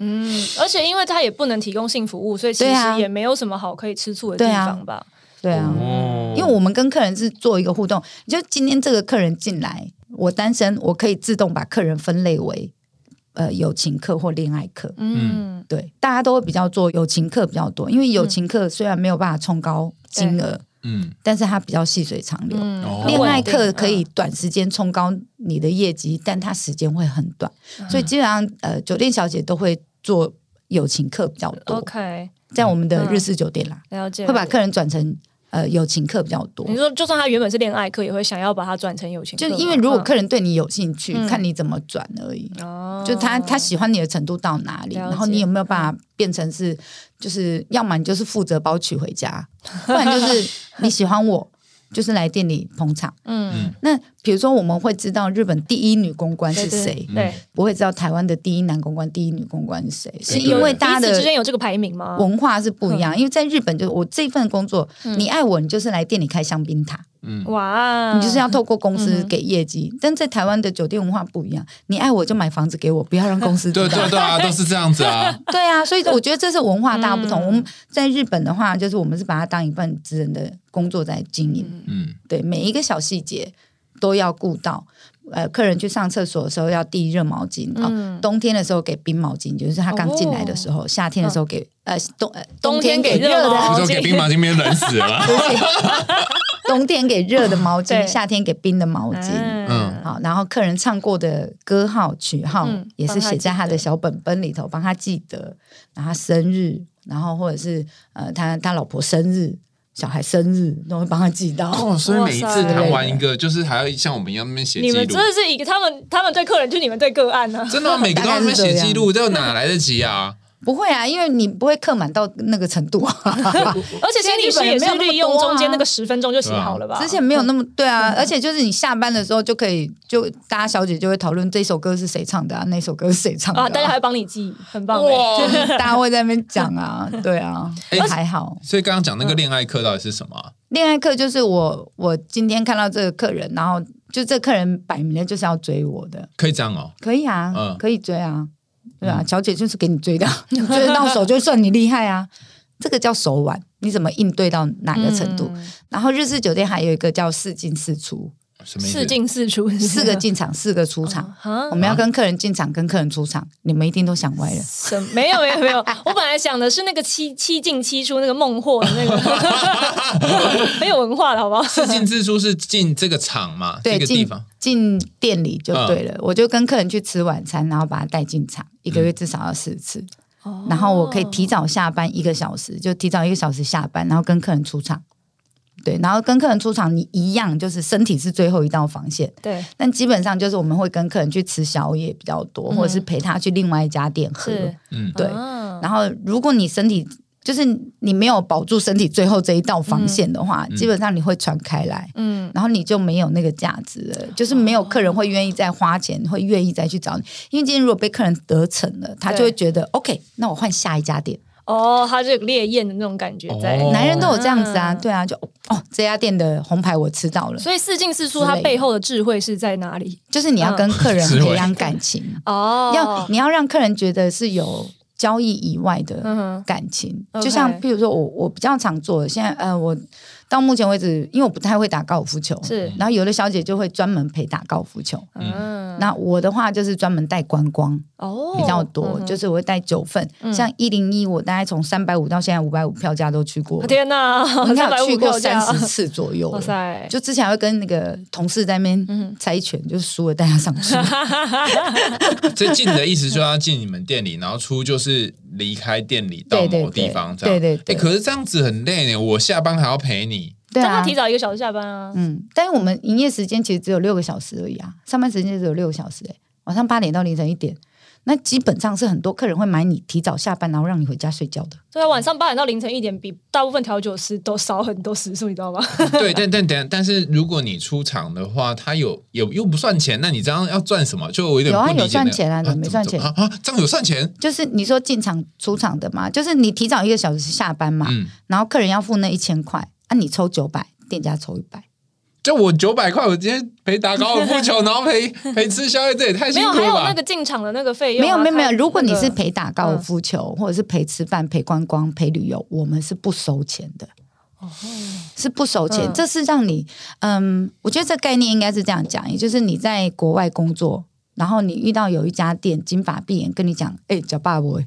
[SPEAKER 4] 嗯，而且因为他也不能提供性服务，所以其
[SPEAKER 3] 对
[SPEAKER 4] 实
[SPEAKER 3] 啊
[SPEAKER 4] 也没有什么好可以吃醋的地方吧。
[SPEAKER 3] 对啊，
[SPEAKER 2] 哦
[SPEAKER 3] 因为我们跟客人是做一个互动，就今天这个客人进来，我单身，我可以自动把客人分类为呃友情客或恋爱客。
[SPEAKER 4] 嗯，
[SPEAKER 3] 对，大家都会比较做友情课比较多，因为友情课虽然没有办法冲高金额，
[SPEAKER 2] 嗯，
[SPEAKER 3] 但是它比较细水长流。
[SPEAKER 4] 嗯
[SPEAKER 2] 哦
[SPEAKER 3] 恋爱课可以短时间冲高你的业绩，但它时间会很短，
[SPEAKER 4] 嗯
[SPEAKER 3] 所以基本上呃，酒店小姐都会做友情课比较多，
[SPEAKER 4] OK，
[SPEAKER 3] 在我们的日式酒店啦，
[SPEAKER 4] 了解。
[SPEAKER 3] 会把客人转成呃友情课比较多
[SPEAKER 4] 你。说，就算他原本是恋爱课，也会想要把它转成友情课
[SPEAKER 3] 就
[SPEAKER 4] 吗，
[SPEAKER 3] 因为如果
[SPEAKER 4] 嗯
[SPEAKER 3] 客人对你有兴趣，
[SPEAKER 4] 嗯
[SPEAKER 3] 看你怎么转而已。
[SPEAKER 4] 哦
[SPEAKER 3] 就他他喜欢你的程度到哪里，
[SPEAKER 4] 了解嗯
[SPEAKER 3] 然后你有没有办法变成是，就是要么你就是负责包取回家，
[SPEAKER 4] <laughs>
[SPEAKER 3] 不然就是你喜欢我，就是来店里捧场。
[SPEAKER 4] 嗯
[SPEAKER 3] 那比如说我们会知道日本第一女公关是
[SPEAKER 4] 对
[SPEAKER 3] 谁，
[SPEAKER 4] 对，
[SPEAKER 3] 不会知道台湾的第一男公关、第一女公关是谁，是因
[SPEAKER 4] 有
[SPEAKER 3] 为大家
[SPEAKER 4] 彼此之
[SPEAKER 3] 的。
[SPEAKER 4] 间有这个排名吗？
[SPEAKER 3] 文化是不一样，因为在日本就是我这份工作，
[SPEAKER 4] 嗯
[SPEAKER 3] 你爱我，你就是来店里开香槟塔，
[SPEAKER 2] 嗯
[SPEAKER 4] 哇，
[SPEAKER 3] 你就是要透过公司
[SPEAKER 4] 嗯哼
[SPEAKER 3] 给业绩。但在台湾的酒店文化不一样，你爱我就买房子给我，不要让公司知
[SPEAKER 2] 对
[SPEAKER 3] 道。
[SPEAKER 2] 对对啊，都是这样子啊，
[SPEAKER 3] 对啊，所以我觉得这是文化大不同。
[SPEAKER 4] 嗯
[SPEAKER 3] 我们在日本的话，就是我们是把它当一份职人的工作在经营，
[SPEAKER 2] 嗯，
[SPEAKER 3] 对每一个小细节都要顾到。呃，客人去上厕所的时候要递热毛巾啊、
[SPEAKER 4] 嗯哦
[SPEAKER 3] 冬天的时候给冰毛巾，就是他刚进来的时候；夏天的时候给、呃冬呃
[SPEAKER 4] 嗯冬天
[SPEAKER 3] 给
[SPEAKER 4] 给热
[SPEAKER 3] 的，
[SPEAKER 4] 毛
[SPEAKER 2] 你说
[SPEAKER 4] 巾
[SPEAKER 2] 给兵马金边冷死了，
[SPEAKER 3] 对不起冬天给热的
[SPEAKER 4] <laughs>
[SPEAKER 3] 毛巾，
[SPEAKER 4] 对
[SPEAKER 3] 夏天给冰的毛巾。
[SPEAKER 4] 哎
[SPEAKER 2] 嗯
[SPEAKER 3] 好，然后客人唱过的歌号、曲号、
[SPEAKER 4] 嗯
[SPEAKER 3] 也是
[SPEAKER 4] 帮他
[SPEAKER 3] 写在他
[SPEAKER 4] 记
[SPEAKER 3] 的
[SPEAKER 4] 得
[SPEAKER 3] 小本本里头，帮他记得，然后他生日，然后或者是呃，他他老婆生日、小孩生日，都会帮他记到。
[SPEAKER 2] <laughs> 哦，所以每一次
[SPEAKER 4] 哇塞
[SPEAKER 2] 谈完一个，就是还要像我们一样那边写
[SPEAKER 4] 你
[SPEAKER 2] 记
[SPEAKER 4] 们
[SPEAKER 2] 录
[SPEAKER 4] 真，的是一个，他们他们对客人，就你们对个案呢、
[SPEAKER 3] <laughs>
[SPEAKER 2] 真的啊每个都要那边写记录，这哪来得及啊？
[SPEAKER 3] 不会啊，因为你不会刻满到那个程度啊。
[SPEAKER 4] 而且心理师也是利用中间那个十分钟就写好了吧？嗯
[SPEAKER 3] 之前没有那么对啊，而且就是你下班的时候就可以，就大家小姐就会讨论这首歌是谁唱的啊，那首歌是谁唱的
[SPEAKER 4] 啊，大家还
[SPEAKER 3] 啊，
[SPEAKER 4] 会帮你记，很棒、欸。
[SPEAKER 3] 就是大家会在那边讲
[SPEAKER 4] <laughs>
[SPEAKER 3] 啊，对啊，
[SPEAKER 2] 哎
[SPEAKER 3] 还好。
[SPEAKER 2] 所以刚刚讲那个恋爱课到底是什么啊？
[SPEAKER 3] 恋爱课就是我，我今天看到这个客人，然后就这客人摆明了就是要追我的，
[SPEAKER 2] 可以这样哦，
[SPEAKER 3] 可以啊，
[SPEAKER 2] 嗯
[SPEAKER 3] 可以追啊，对啊，小姐就是给你
[SPEAKER 2] <laughs>
[SPEAKER 3] 追的，追得到手就算你厉害啊，这个叫手腕，你怎么应对到哪个程度？然后日式酒店还有一个叫四进四出，
[SPEAKER 2] 什么意思
[SPEAKER 4] 四？进四出，
[SPEAKER 3] 四个进场，四个出场。
[SPEAKER 4] 啊
[SPEAKER 3] 我？们要跟客人进场，跟客人出场，你们一定都想歪了。
[SPEAKER 4] 什么没有没有
[SPEAKER 3] <laughs>
[SPEAKER 4] 没有，我本来想的是那个七七进七出那个孟获的那
[SPEAKER 3] <laughs>
[SPEAKER 4] 个，很有文化的好不好？
[SPEAKER 2] 自进自出是进这个场嘛，
[SPEAKER 3] 对，
[SPEAKER 2] 这个地
[SPEAKER 3] 进
[SPEAKER 2] 方。嗯
[SPEAKER 3] 进店里就对了。我就跟客人去吃晚餐，然后把他带进场，一
[SPEAKER 2] 嗯
[SPEAKER 3] 个月至少要四次。哦然后我可以提早下班一个小时，就提早一个小时下班，然后跟客人出场。对，然后跟客人出场，你一样就是身体是最后一道防线，
[SPEAKER 4] 对，
[SPEAKER 3] 但基本上就是我们会跟客人去吃宵夜比较多，或者是陪他去另外一家店喝。
[SPEAKER 4] 是，
[SPEAKER 2] 嗯
[SPEAKER 3] 对
[SPEAKER 4] 啊
[SPEAKER 3] 然后，如果你身体就是你没有保住身体最后这一道防线的话，基本上你会传开来。
[SPEAKER 4] 嗯，
[SPEAKER 3] 然后你就没有那个价值了，就是没有客人会愿意再花钱，会愿意再去找你。因为今天如果被客人得逞了，他就会觉得 OK，那我换下一家店。
[SPEAKER 4] 哦，他这个烈焰的那种感觉在。
[SPEAKER 2] 哦
[SPEAKER 3] 男人都有这样子啊，
[SPEAKER 4] 啊
[SPEAKER 3] 对啊，就哦这家店的红牌我吃到了，
[SPEAKER 4] 所以四进四出，它背后的智慧是在哪里？
[SPEAKER 3] 就是你要跟客人
[SPEAKER 2] 嗯
[SPEAKER 3] 培养感情，
[SPEAKER 4] 哦，
[SPEAKER 3] 要你要让客人觉得是有交易以外的。
[SPEAKER 4] 嗯哼，
[SPEAKER 3] 感情，
[SPEAKER 4] OK
[SPEAKER 3] 就像譬如说我我比较常做的，现在呃我到目前为止，因为我不太会打高尔夫球，
[SPEAKER 4] 是，
[SPEAKER 3] 然后有的小姐就会专门陪打高尔夫球，
[SPEAKER 4] 嗯，
[SPEAKER 3] 那我的话就是专门带观光
[SPEAKER 4] 哦
[SPEAKER 3] 比较多，
[SPEAKER 4] 嗯哼嗯
[SPEAKER 3] 就是我会带九份，像一零一我大概从三百五到现在五百五票价都去过了，
[SPEAKER 4] 哦天啊哪，
[SPEAKER 3] 我应该有去过
[SPEAKER 4] 350
[SPEAKER 3] 三
[SPEAKER 4] 票价哦
[SPEAKER 3] 十，次左右
[SPEAKER 4] 哇
[SPEAKER 3] 了。
[SPEAKER 4] 塞，
[SPEAKER 3] 就之前还会跟那个同事在那
[SPEAKER 4] 嗯
[SPEAKER 3] 边猜拳，就输了带他上
[SPEAKER 4] <laughs>
[SPEAKER 3] 去。
[SPEAKER 2] 这进的意思就要进你们店里，然后出就是离开店里到
[SPEAKER 3] 对对
[SPEAKER 2] 某
[SPEAKER 3] 对
[SPEAKER 2] 地方这
[SPEAKER 3] 对
[SPEAKER 2] 样。
[SPEAKER 3] 对
[SPEAKER 2] 哎，
[SPEAKER 3] 对，
[SPEAKER 2] 可是这样子很累呢，我下班还要陪你。
[SPEAKER 3] 对
[SPEAKER 4] 但
[SPEAKER 3] 啊
[SPEAKER 4] 他提，早一个小时下班啊，
[SPEAKER 3] 嗯，但是我们营业时间其实只有六个小时而已啊，上班时间只有六个小时、欸，晚上八点到凌晨一点，那基本上是很多客人会买你提早下班，然后让你回家睡觉的。
[SPEAKER 4] 对啊，晚上八点到凌晨一点，比大部分调酒师都少很多时数，你知道吗？
[SPEAKER 3] <laughs>
[SPEAKER 2] 对，但但但但是如果你出场的话，他有有又不算钱，那你这样要赚什么？就我有点
[SPEAKER 3] 有啊
[SPEAKER 2] 不理解那个。
[SPEAKER 3] 有赚钱啊怎么没赚钱
[SPEAKER 2] 啊？啊这样有算钱？
[SPEAKER 3] 就是你说进场出场的嘛，就是你提早一个小时下班嘛，
[SPEAKER 2] 嗯，
[SPEAKER 3] 然后客人要付那一千块，啊，你抽九百，店家抽一百，
[SPEAKER 2] 就我九百块，我今天陪打高尔夫
[SPEAKER 3] <laughs>
[SPEAKER 2] 球，然后陪陪吃宵夜，这也太
[SPEAKER 4] 没
[SPEAKER 2] 哎辛
[SPEAKER 4] 有，
[SPEAKER 2] 苦
[SPEAKER 4] 还
[SPEAKER 2] 了
[SPEAKER 4] 有
[SPEAKER 2] 吧
[SPEAKER 4] 那？个进场的那个费用
[SPEAKER 3] 没
[SPEAKER 4] 啊、
[SPEAKER 3] 有没有没有。
[SPEAKER 4] 看
[SPEAKER 3] 如果你是
[SPEAKER 4] 那个嗯
[SPEAKER 3] 陪打高尔夫球，或者是陪吃饭、陪观光、陪旅游，我们是不收钱的。是不收钱，
[SPEAKER 4] 哦嗯
[SPEAKER 3] 这是让你，嗯，我觉得这概念应该是这样讲，也就是你在国外工作，然后你遇到有一家店金发碧眼跟你讲，哎、叫爸我，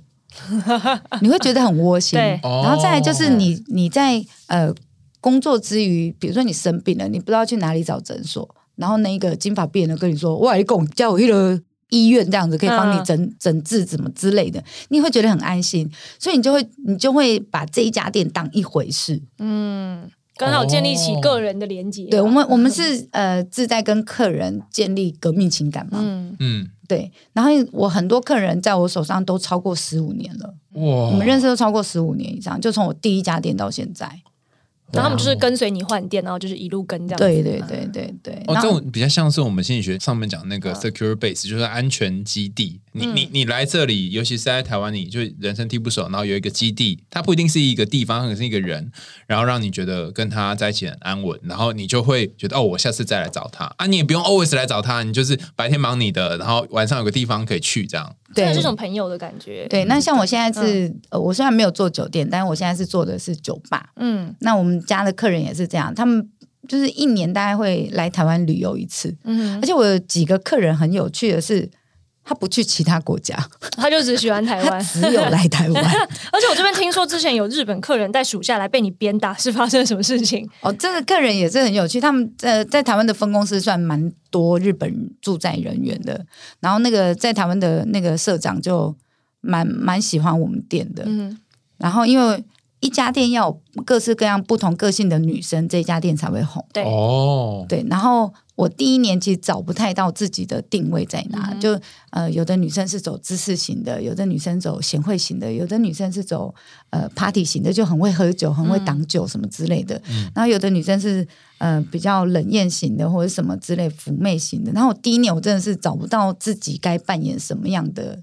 [SPEAKER 3] <laughs> 你会觉得很窝心。
[SPEAKER 4] 对
[SPEAKER 3] 然后再来就是你你在呃工作之余，比如说你生病了，你不知道去哪里找诊所，然后那个金发碧眼的跟你说，我来供叫我去了医院这样子可以帮你
[SPEAKER 4] 嗯
[SPEAKER 3] 诊、诊治怎么之类的，你会觉得很安心，所以你就会你就会把这一家店当一回事。
[SPEAKER 4] 嗯，刚好建立起个人的连啊接吧。
[SPEAKER 3] 对我们，我们是呃志在跟客人建立革命情感嘛，
[SPEAKER 4] 嗯，
[SPEAKER 2] 嗯，
[SPEAKER 3] 对。然后我很多客人在我手上都超过十五年了，
[SPEAKER 4] 哦
[SPEAKER 3] 我们
[SPEAKER 2] 哇，
[SPEAKER 3] 认识都超过十五年以上，就从我第一家店到现在。
[SPEAKER 4] 然后他们就是跟随你换店，然后就是一路跟这样子。嗯
[SPEAKER 3] 对对对对对。
[SPEAKER 2] 哦，
[SPEAKER 3] 然
[SPEAKER 2] 这
[SPEAKER 3] 后
[SPEAKER 2] 种比较像是我们心理学上面讲那个 secure base，就是安全基地。你你你来这里，尤其是在台湾，你就人生地不熟，然后有一个基地，它不一定是一个地方，可能是一个人，然后让你觉得跟他在一起很安稳，然后你就会觉得哦，我下次再来找他 <laughs> 啊，你也不用 always 来找他，你就是白天忙你的，然后晚上有个地方可以去这样。
[SPEAKER 4] 真的
[SPEAKER 3] 对
[SPEAKER 4] 是这种嗯朋友的感觉。，
[SPEAKER 3] 对，那像我现在是、呃，我虽然没有做酒店，但是我现在是做的是酒吧。
[SPEAKER 4] 嗯
[SPEAKER 3] 那我们家的客人也是这样，他们就是一年大概会来台湾旅游一次。
[SPEAKER 4] 嗯
[SPEAKER 3] 而，且我有几个客人很有趣的是，他不去其他国家，
[SPEAKER 4] 他就只喜欢台
[SPEAKER 3] 他
[SPEAKER 4] 湾。
[SPEAKER 3] 只有来台湾。
[SPEAKER 4] <laughs> 而且我这边听说之前有日本客人带属下来被你鞭打，是发生了什么事情？
[SPEAKER 3] 哦，这个客人也是很有趣，他们呃在台湾的分公司算蛮多日本驻在人员的，然后那个在台湾的那个社长就蛮蛮喜欢我们店的，
[SPEAKER 4] 嗯，
[SPEAKER 3] 然后因为一家店要有各式各样不同个性的女生，这家店才会红。
[SPEAKER 4] 对
[SPEAKER 2] 哦，
[SPEAKER 3] 对，然后我第一年其实找不太到自己的定位在哪，
[SPEAKER 4] 嗯哼
[SPEAKER 3] 就呃，有的女生是走知识型的，有的女生走贤惠型的，有的女生是走呃 party 型的，就很会喝酒、很会
[SPEAKER 4] 嗯
[SPEAKER 3] 挡酒什么之类的。然后有的女生是呃比较冷艳型的或者什么之类妩媚型的。然后我第一年我真的是找不到自己该扮演什么样的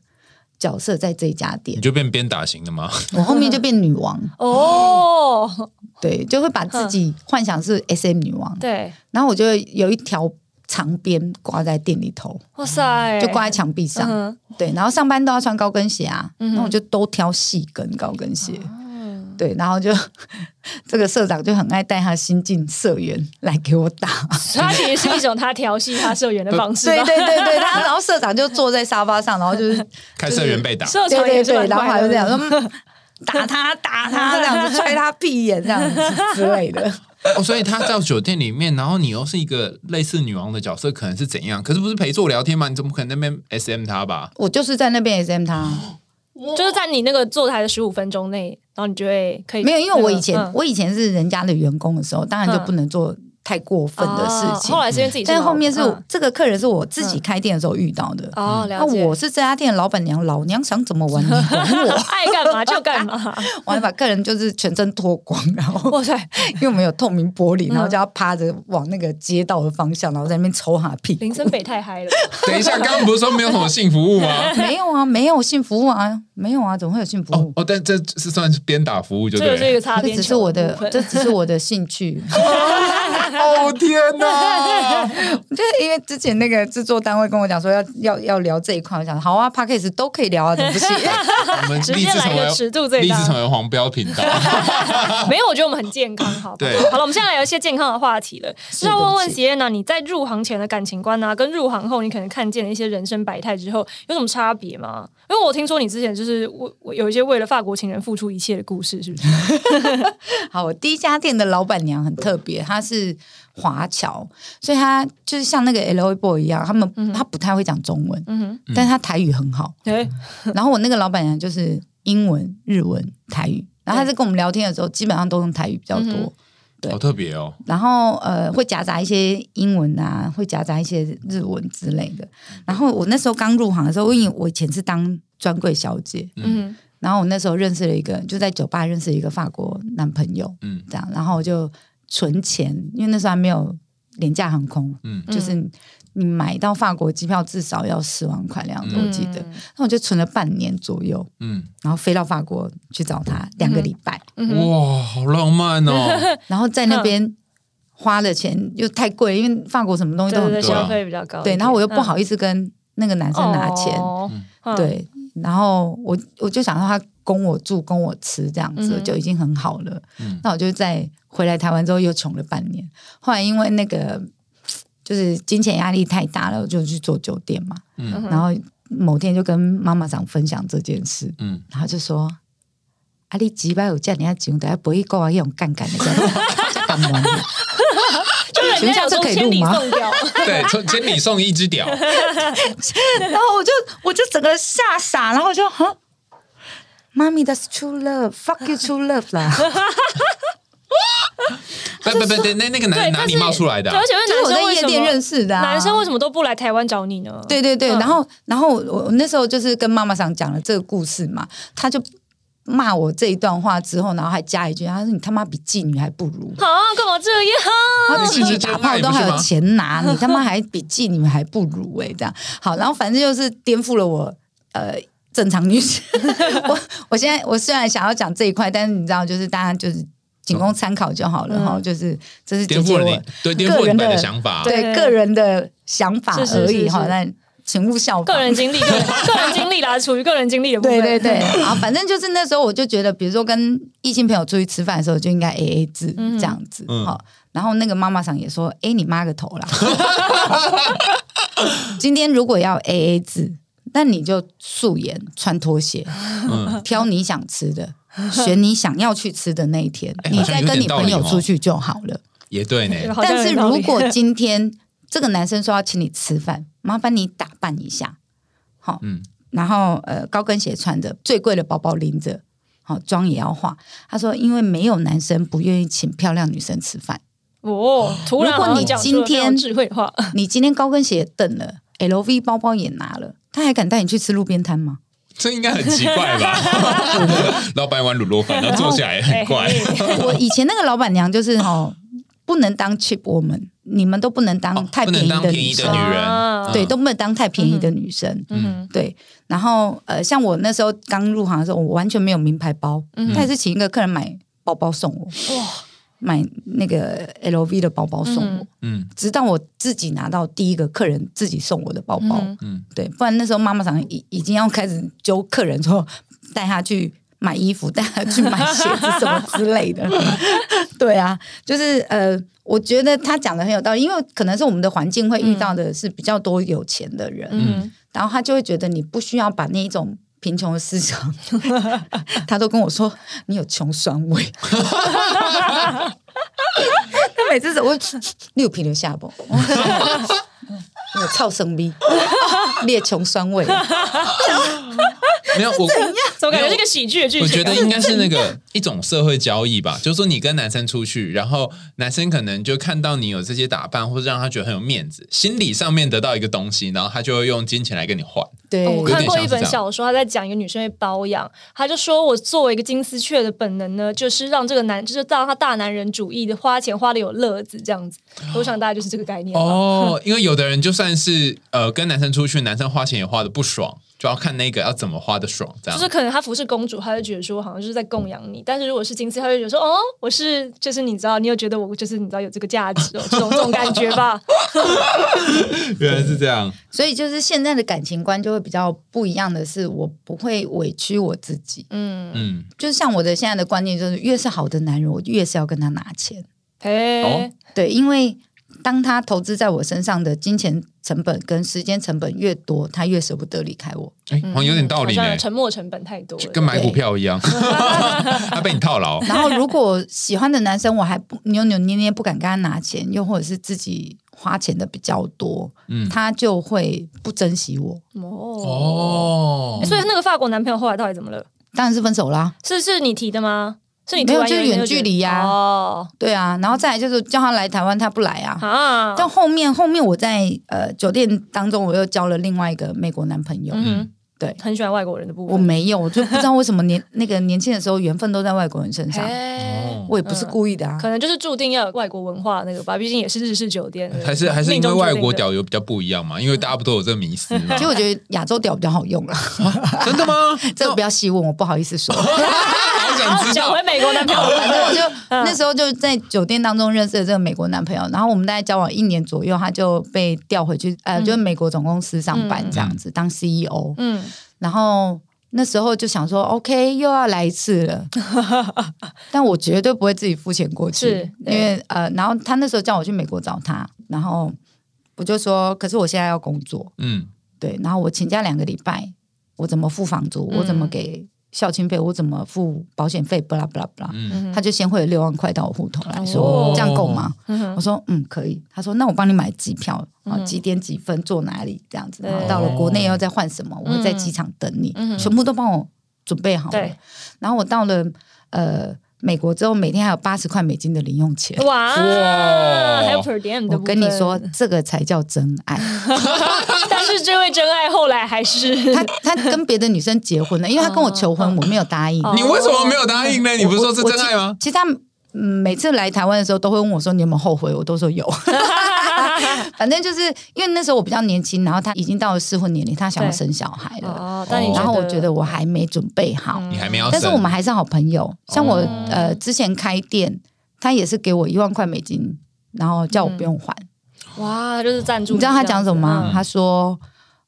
[SPEAKER 3] 角色在这一家店
[SPEAKER 2] 你，就变鞭打型的吗？ <laughs>
[SPEAKER 3] 我后
[SPEAKER 4] <laughs>
[SPEAKER 3] 面就变女王，
[SPEAKER 4] 哦，
[SPEAKER 3] 对，就会把自己幻想是 SM 女王，
[SPEAKER 4] 对，
[SPEAKER 3] 然后我就会有一条长鞭挂在店里头。
[SPEAKER 4] 哇塞，
[SPEAKER 3] 就挂在墙壁上。
[SPEAKER 4] 嗯
[SPEAKER 3] 对，然后上班都要穿高跟鞋啊，
[SPEAKER 4] 嗯哼哦
[SPEAKER 3] 那我就都挑细跟高跟鞋。
[SPEAKER 4] 哼，
[SPEAKER 3] 对，然后就 <laughs> 这个社长就很爱带他新进社员来给我打，
[SPEAKER 4] 他其实是一种他调戏他社员的方式吧。
[SPEAKER 3] <laughs> 对对对对，他然后社长就坐在沙发上，然后就是
[SPEAKER 2] 看社员被打，
[SPEAKER 4] <laughs> 社
[SPEAKER 3] 对
[SPEAKER 4] 长
[SPEAKER 3] 对
[SPEAKER 4] 也是
[SPEAKER 3] 对，
[SPEAKER 4] 蛮
[SPEAKER 3] 然后还
[SPEAKER 4] 快
[SPEAKER 3] 会
[SPEAKER 4] 乐
[SPEAKER 3] 这样
[SPEAKER 4] 的。
[SPEAKER 3] 说
[SPEAKER 4] <laughs>
[SPEAKER 3] 嗯打他打他这样子，踹他屁眼这样子之类
[SPEAKER 4] <laughs>
[SPEAKER 3] 的。
[SPEAKER 2] <laughs> 哦，所以他到酒店里面，然后你又是一个类似女王的角色，可能是怎样？可是不是陪坐聊天吗？你怎么可能那边 S M 他
[SPEAKER 4] <laughs>
[SPEAKER 2] 吧？
[SPEAKER 3] 我就是在那边 SM 他，啊
[SPEAKER 4] 就是在你那个坐台的十五分钟内，然后你就会可以
[SPEAKER 3] 没有，因为我以前、
[SPEAKER 4] 嗯
[SPEAKER 3] 我以前是人家的员工的时候，当然就
[SPEAKER 4] 嗯
[SPEAKER 3] 不能做太过分的事情。
[SPEAKER 4] 哦后来是因为自己，
[SPEAKER 3] 但后面是、
[SPEAKER 4] 嗯
[SPEAKER 3] 这个客人是我自己开店的时候遇到的。
[SPEAKER 4] 哦，
[SPEAKER 3] 那
[SPEAKER 4] 了解。
[SPEAKER 3] 我是这家店的老板娘，老娘想怎么玩你管
[SPEAKER 4] <laughs>
[SPEAKER 3] 我，
[SPEAKER 4] 爱干嘛就干
[SPEAKER 3] <laughs>
[SPEAKER 4] 嘛，
[SPEAKER 3] 我还把客人就是全身脱光，然后
[SPEAKER 4] 哇塞，
[SPEAKER 3] <laughs> 因为我们有透明玻璃，
[SPEAKER 4] 嗯
[SPEAKER 3] 然后就要趴着往那个街道的方向，然后在那边抽哈屁
[SPEAKER 4] 林
[SPEAKER 3] 股。
[SPEAKER 4] 森北太嗨了。
[SPEAKER 2] 等一下，刚刚不是说没有什么性服务
[SPEAKER 4] <laughs>
[SPEAKER 2] 吗？
[SPEAKER 3] 没有啊，没有性服务啊，没有啊，怎么会有性服
[SPEAKER 2] 哦
[SPEAKER 3] 务？
[SPEAKER 2] 哦，但这是算是鞭打服务就
[SPEAKER 4] 这个
[SPEAKER 2] 对
[SPEAKER 4] 是一
[SPEAKER 2] 了。
[SPEAKER 4] 个擦
[SPEAKER 3] 这
[SPEAKER 4] 边
[SPEAKER 3] 只是
[SPEAKER 4] 球
[SPEAKER 3] 我
[SPEAKER 4] 的
[SPEAKER 3] 的
[SPEAKER 4] 部，分
[SPEAKER 3] 这只是我的兴趣。
[SPEAKER 2] <laughs> 哦天
[SPEAKER 4] <laughs>
[SPEAKER 2] 哪！
[SPEAKER 3] 就是因为之前那个制作单位跟我讲说要要要聊这一块，我想好啊 p a c k a g e 都可以聊啊，怎么不行？ <laughs>
[SPEAKER 2] 我们
[SPEAKER 4] 直
[SPEAKER 2] 立
[SPEAKER 4] 接
[SPEAKER 2] 志
[SPEAKER 4] 来
[SPEAKER 2] 成
[SPEAKER 4] 一个尺
[SPEAKER 2] 为
[SPEAKER 4] 度最
[SPEAKER 2] 立志成
[SPEAKER 4] 大。
[SPEAKER 2] 为黄标频
[SPEAKER 4] <laughs>
[SPEAKER 2] 道。
[SPEAKER 4] 没有，我觉得我们很健康，好吧。
[SPEAKER 2] 对
[SPEAKER 4] 好了，我们现在聊一些健康的话题了。就是要问问 s i e n a 你在入行前的感情观啊，跟入行后你可能看见的一些人生百态之后，有什么差别吗？因为我听说你之前就是我我有一些为了法国情人付出一切的故事，是不
[SPEAKER 3] <laughs>
[SPEAKER 4] 是？
[SPEAKER 3] 好，我第一家店的老板娘很特别，她是华侨，所以她就是像那个 L A Boy 一样，他们、她不太会讲中文，
[SPEAKER 4] 嗯哼，
[SPEAKER 3] 但她台语很好。
[SPEAKER 4] 对，
[SPEAKER 3] 然后我那个老板娘就是英文、日文、台语，然后她在跟我们聊天的时候，基本上都用台语比较多。
[SPEAKER 4] 嗯
[SPEAKER 3] 对
[SPEAKER 2] 好特别哦，
[SPEAKER 3] 然后呃，会夹杂一些英文啊，会夹杂一些日文之类的。然后我那时候刚入行的时候，因为我以前是当专柜小姐，
[SPEAKER 4] 嗯
[SPEAKER 3] 然后我那时候认识了一个，就在酒吧认识了一个法国男朋友，
[SPEAKER 2] 嗯
[SPEAKER 3] 这样，然后我就存钱，因为那时候还没有廉价航空，
[SPEAKER 2] 嗯，
[SPEAKER 3] 就是你买到法国机票至少要十万块的样子，
[SPEAKER 4] 哼，
[SPEAKER 3] 我记得。那我就存了半年左右，
[SPEAKER 2] 嗯，
[SPEAKER 3] 然后飞到法国去找他两个礼拜，
[SPEAKER 4] 嗯哼，
[SPEAKER 2] 哇，好浪漫
[SPEAKER 4] <laughs>
[SPEAKER 2] 哦，
[SPEAKER 3] 然后在
[SPEAKER 4] 嗯
[SPEAKER 3] 那边花的钱又太贵，因为法国什么东西
[SPEAKER 4] 对
[SPEAKER 3] 都很贵
[SPEAKER 4] 对对，
[SPEAKER 2] 对啊
[SPEAKER 4] 消费比较高一
[SPEAKER 3] 对，
[SPEAKER 4] 点。
[SPEAKER 3] 然后我又不
[SPEAKER 4] 嗯
[SPEAKER 3] 好意思跟那个男生拿钱，
[SPEAKER 4] 哦嗯
[SPEAKER 3] 对，然后我我就想让他供我住、供我吃这样子、
[SPEAKER 4] 嗯哼
[SPEAKER 3] 就已经很好了。
[SPEAKER 2] 嗯
[SPEAKER 3] 那我就在回来台湾之后又穷了半年，后来因为那个就是金钱压力太大了，我就去做酒店嘛。
[SPEAKER 4] 嗯哼
[SPEAKER 3] 然后某天就跟妈妈长分享这件事，
[SPEAKER 2] 嗯，
[SPEAKER 3] 然
[SPEAKER 2] <laughs>
[SPEAKER 3] 后就说：“啊，你几百有叫你要穷，等下不会够啊，用杠杆的，这样
[SPEAKER 4] 就人家有种千里
[SPEAKER 3] <laughs>
[SPEAKER 4] 送掉，
[SPEAKER 2] 对，从千里送一只屌，
[SPEAKER 4] <laughs>
[SPEAKER 3] 然后我就我就整个吓傻，然后我就哈，妈咪 that's true love，fuck you true love 啦。
[SPEAKER 2] 不不不，对，那那个
[SPEAKER 4] 对，
[SPEAKER 2] 男哪
[SPEAKER 4] 但
[SPEAKER 2] 里
[SPEAKER 4] 是
[SPEAKER 2] 冒出来的啊
[SPEAKER 4] 而？且
[SPEAKER 3] 就是
[SPEAKER 4] 问
[SPEAKER 3] 我在
[SPEAKER 4] 男生为
[SPEAKER 3] 夜
[SPEAKER 4] 什么
[SPEAKER 3] 店认识的啊
[SPEAKER 4] 男生为什么都不来台湾找你呢？
[SPEAKER 3] 对对对，
[SPEAKER 4] 嗯
[SPEAKER 3] 然后然后我我那时候就是跟妈妈桑讲了这个故事嘛，他就骂我这一段话之后，然后还加一句，他说你他妈比妓女还不如。
[SPEAKER 4] 啊，干嘛这样？
[SPEAKER 3] 他
[SPEAKER 2] 你
[SPEAKER 3] 自
[SPEAKER 2] 是
[SPEAKER 3] 己
[SPEAKER 2] 直
[SPEAKER 3] 啊打
[SPEAKER 2] 接卖
[SPEAKER 3] 炮都
[SPEAKER 2] 不
[SPEAKER 3] 还
[SPEAKER 2] 是
[SPEAKER 3] 有
[SPEAKER 2] 吗？
[SPEAKER 3] 钱拿，你他妈还比妓女还不如哎、这样好，然后反正就是颠覆了我呃正常女性。 <laughs> 我我现在我虽然想要讲这一块，但是你知道，就是大家就是仅供参考就好了
[SPEAKER 4] 嗯
[SPEAKER 3] 哈、就是这是姐
[SPEAKER 2] 颠
[SPEAKER 3] 姐
[SPEAKER 2] 覆了
[SPEAKER 3] 我
[SPEAKER 2] 你，对，颠覆了你本来的想法。
[SPEAKER 3] 对
[SPEAKER 4] 对
[SPEAKER 3] 个人的想法
[SPEAKER 4] 是是
[SPEAKER 3] 而已
[SPEAKER 4] 是
[SPEAKER 3] 哈，
[SPEAKER 4] 是
[SPEAKER 3] 但请勿效仿
[SPEAKER 4] 个。人
[SPEAKER 2] <laughs>
[SPEAKER 4] 经历，个人个人经历啦，处于个人经历的部分。
[SPEAKER 3] 对对对，
[SPEAKER 4] <laughs>
[SPEAKER 3] 啊，反正就是那时候我就觉得，比如说跟异性朋友出去吃饭的时候，就应该 A A 制
[SPEAKER 4] 嗯
[SPEAKER 3] 这样子，
[SPEAKER 2] 嗯
[SPEAKER 3] 好、然后那个妈妈桑也说：“哎，你妈个头啦！
[SPEAKER 2] <laughs>
[SPEAKER 3] 今天如果要 A A 制，那你就素颜穿拖
[SPEAKER 4] <laughs>
[SPEAKER 3] 鞋，
[SPEAKER 2] 嗯，
[SPEAKER 3] 挑你想吃的，选你想要去吃的那一天，
[SPEAKER 2] 哎
[SPEAKER 3] 你
[SPEAKER 2] 好像
[SPEAKER 3] 再
[SPEAKER 2] 有
[SPEAKER 3] 跟
[SPEAKER 2] 点
[SPEAKER 3] 你
[SPEAKER 2] 道
[SPEAKER 3] 朋
[SPEAKER 2] 理
[SPEAKER 3] 友
[SPEAKER 2] 哦
[SPEAKER 3] 出去就好了。
[SPEAKER 2] 也对呢。
[SPEAKER 4] <laughs> 好像
[SPEAKER 3] 但
[SPEAKER 4] 有
[SPEAKER 3] 是
[SPEAKER 4] 点道理
[SPEAKER 3] 如 <laughs> 果今天这个男生说要请你吃饭，麻烦你打扮一下，好、
[SPEAKER 2] 嗯
[SPEAKER 3] 然后呃高跟鞋穿着，最贵的包包拎着，好、妆也要化。他说，因为没有男生不愿意请漂亮女生吃
[SPEAKER 2] <laughs>
[SPEAKER 3] 饭，
[SPEAKER 4] 哦，突然
[SPEAKER 3] 如果
[SPEAKER 4] 好像
[SPEAKER 3] 你
[SPEAKER 4] 讲出
[SPEAKER 3] 今
[SPEAKER 4] 了非常
[SPEAKER 3] 天
[SPEAKER 4] 智慧的
[SPEAKER 3] <laughs>
[SPEAKER 4] 话，
[SPEAKER 3] 你今天高跟鞋也蹬了，LV 包包也拿了，他还敢带你去吃路边摊吗？
[SPEAKER 2] 这应该很奇怪吧？
[SPEAKER 4] <laughs>
[SPEAKER 2] <laughs> 老板一碗卤肉饭，然后坐下来很怪。
[SPEAKER 4] 哎
[SPEAKER 2] <laughs>
[SPEAKER 3] 我以前那个老板娘就是哦，不能当 cheap woman，你们都不能当
[SPEAKER 2] 哦
[SPEAKER 3] 太
[SPEAKER 2] 不能
[SPEAKER 3] 便宜
[SPEAKER 2] 当
[SPEAKER 3] 的
[SPEAKER 2] 便
[SPEAKER 3] 女
[SPEAKER 2] 宜的
[SPEAKER 3] 生
[SPEAKER 2] 女，人
[SPEAKER 4] 啊
[SPEAKER 2] 嗯
[SPEAKER 3] 对，都不能当太便宜的女生。
[SPEAKER 4] 嗯
[SPEAKER 3] 对，然后呃，像我那时候刚入行的时候，我完全没有名牌包，
[SPEAKER 4] 嗯
[SPEAKER 3] 他也是请一个客人买包包送我，
[SPEAKER 4] 哇，
[SPEAKER 3] <laughs> 买那个 LV 的包包送我，
[SPEAKER 4] 嗯
[SPEAKER 2] 嗯
[SPEAKER 3] 直到我自己拿到第一个客人自己送我的包包，
[SPEAKER 4] 嗯
[SPEAKER 2] 嗯，
[SPEAKER 3] 对，不然那时候妈妈常已已经要开始揪客人说 <laughs> 带他去买衣服， <laughs> 带他去买鞋子什么之类的。 <laughs> 对啊，就是呃，我觉得他讲的很有道理，因为可能是我们的环境会遇到的是比较多有钱的人，
[SPEAKER 4] 嗯，
[SPEAKER 3] 然后他就会觉得你不需要把那一种贫穷的思想， <laughs> 他都跟我说你有穷酸味。 <laughs> 他每次走，我六皮留下不？我操生逼， <laughs> 列穷酸
[SPEAKER 4] <laughs>
[SPEAKER 3] 味。
[SPEAKER 2] 没有我， <laughs>
[SPEAKER 4] 怎么感觉是个喜剧的剧情啊？
[SPEAKER 2] 我觉得应该是那个一种社会交易吧，就是说你跟男生出去，然后男生可能就看到你有这些打扮，或者让他觉得很有面子，心理上面得到一个东西，然后他就会用金钱来跟你换。
[SPEAKER 3] 对，
[SPEAKER 4] 哦我
[SPEAKER 2] 有
[SPEAKER 4] 看
[SPEAKER 2] 点
[SPEAKER 4] 过
[SPEAKER 2] 像
[SPEAKER 4] 一
[SPEAKER 2] 是
[SPEAKER 4] 本
[SPEAKER 2] 这样
[SPEAKER 4] 小说，他在讲一个女生被包养，他就说我作为一个金丝雀的本能呢，就是让这个男，就是让他大男人主义的花钱花的有乐子这样子。我想大概就是这个概念
[SPEAKER 2] <laughs>
[SPEAKER 4] 吧。
[SPEAKER 2] 哦，因为有的人就算是呃跟男生出去，男生花钱也花的不爽，就要看那个要怎么花的爽，这
[SPEAKER 4] 就
[SPEAKER 2] 样 <laughs>
[SPEAKER 4] 是可能他服侍公主，他就觉得说好像就是在供养你；但是如果是金丝，他就觉得说哦，我是就是你知道，你有觉得我就是你知道有这个价值哦，这种这种感觉吧。
[SPEAKER 2] 原来是这样。
[SPEAKER 3] 所以就是现在的感情观就会比较不一样的是，我不会委屈我自己。
[SPEAKER 4] 嗯，
[SPEAKER 2] 嗯，
[SPEAKER 3] 就是像我的现在的观念，就是越是好的男人，我越是要跟他拿钱。
[SPEAKER 4] 嘿，
[SPEAKER 2] 哦
[SPEAKER 3] 对，因为当他投资在我身上的金钱成本跟时间成本越多，他越舍不得离开
[SPEAKER 4] <laughs>
[SPEAKER 3] 我。
[SPEAKER 2] 哎、好像有点道理
[SPEAKER 4] 嗯好
[SPEAKER 2] 呢、
[SPEAKER 4] 像沉没成本太多了，
[SPEAKER 2] 跟买股票一样， <laughs> 他被你套牢。
[SPEAKER 3] 然后，如果喜欢的男生我还不扭扭捏捏不敢跟他拿钱，又或者是自己花钱的比较多， <laughs>
[SPEAKER 2] 嗯，
[SPEAKER 3] 他就会不珍惜我。
[SPEAKER 4] 哦。
[SPEAKER 2] 哦
[SPEAKER 4] 诶，所以那个法国男朋友后来到底怎么了？
[SPEAKER 3] 当然是分手啦，
[SPEAKER 4] 是是你提的吗？是你
[SPEAKER 3] 没有
[SPEAKER 4] 突然
[SPEAKER 3] 就是
[SPEAKER 4] 有一天
[SPEAKER 3] 远
[SPEAKER 4] 就觉
[SPEAKER 3] 距
[SPEAKER 4] 得
[SPEAKER 3] 离呀
[SPEAKER 4] 哦
[SPEAKER 3] 对啊。然后再来就是叫他来台湾，他不来啊。
[SPEAKER 4] 啊，
[SPEAKER 3] 到后面，后面我在呃酒店当中，我又交了另外一个美国男朋友。
[SPEAKER 4] 嗯哼，
[SPEAKER 3] 对
[SPEAKER 4] 很喜欢外国人的部分。
[SPEAKER 3] 我没有，我就不知道为什么年 <laughs> 那个年轻的时候缘分都在外国人身上，
[SPEAKER 2] 哦
[SPEAKER 4] 嘿
[SPEAKER 2] 嗯
[SPEAKER 3] 我也不是故意的啊。
[SPEAKER 4] 哎可能就是注定要有外国文化那个吧，毕竟也是日式酒店，
[SPEAKER 2] 还是还是因为
[SPEAKER 4] 命中注
[SPEAKER 2] 外
[SPEAKER 4] 定
[SPEAKER 2] 国
[SPEAKER 4] 的
[SPEAKER 2] 屌有比较不一样嘛，因为大家不都有这个迷思啊嘛
[SPEAKER 3] <laughs> 其实？我觉得亚洲屌比较好用啦，
[SPEAKER 2] 真的吗？
[SPEAKER 3] <laughs> 这个不要细问，我不好意思说。 <laughs>
[SPEAKER 2] 好想知
[SPEAKER 4] 啊讲
[SPEAKER 2] 道
[SPEAKER 4] 回。美国男朋友，
[SPEAKER 3] 反正我就那时候就在酒店当中认识了这个美国男朋友，然后我们大概交往一年左右，他就被调回去，呃，就是美国总公司上班这样子当 E CEO，
[SPEAKER 4] 嗯，
[SPEAKER 3] 然后。那时候就想说，OK，又要来一次
[SPEAKER 4] <laughs>
[SPEAKER 3] 了，但我绝对不会自己付钱过去
[SPEAKER 4] 是，
[SPEAKER 3] 因
[SPEAKER 4] 对
[SPEAKER 3] 为呃，然后他那时候叫我去美国找他，然后我就说，可是我现在要工作，
[SPEAKER 2] 嗯，
[SPEAKER 4] 嗯
[SPEAKER 3] 对，然后我请假两个礼拜，我怎么付房租？我怎么给校庆费，我怎么付保险费，巴拉巴拉巴拉。
[SPEAKER 2] 嗯，
[SPEAKER 3] 他就先汇了六万块到我户头来说，
[SPEAKER 4] 哦
[SPEAKER 3] 这样够吗？
[SPEAKER 4] 嗯哼
[SPEAKER 3] 我说嗯可以。他说那我帮你买机票啊，
[SPEAKER 4] 嗯
[SPEAKER 3] 几点几分坐哪里这样子，
[SPEAKER 4] 对
[SPEAKER 3] 然后到了国内要再换什么，我会在机场等你，全部都帮我准备好了
[SPEAKER 4] 嗯对。
[SPEAKER 3] 然后我到了呃美国之后，每天还有八十块美金的零用钱。
[SPEAKER 4] 哇，
[SPEAKER 2] 哇
[SPEAKER 4] 还有 per diem 的
[SPEAKER 3] 我
[SPEAKER 4] 部
[SPEAKER 3] 跟你
[SPEAKER 4] 分
[SPEAKER 3] 说，，这个才叫真爱。
[SPEAKER 4] 但是这位真爱后来还是
[SPEAKER 3] 他他跟别的女生结婚了，因为他跟我求婚，我没有答应。
[SPEAKER 4] 哦
[SPEAKER 2] 你为什么没有答应呢？你不是说是真爱吗？
[SPEAKER 3] 其实他嗯每次来台湾的时候，都会问我说你有没有后悔，我都说
[SPEAKER 4] <laughs>
[SPEAKER 3] 有。反正就是因为那时候我比较年轻，然后他已经到了适婚年龄，他想要
[SPEAKER 4] 对
[SPEAKER 3] 生小孩了，
[SPEAKER 4] <laughs> 哦嗯
[SPEAKER 2] 但你
[SPEAKER 3] 然后我觉得我还没准备好，
[SPEAKER 2] 你还没要生，
[SPEAKER 3] 但是我们还是好朋友。像我、
[SPEAKER 4] 哦
[SPEAKER 3] 呃之前开店，他也是给我一万块美金，然后叫我不用还。
[SPEAKER 4] 嗯哇，就是赞助，
[SPEAKER 3] 你知道他讲什么吗？
[SPEAKER 2] 嗯
[SPEAKER 3] 他说：“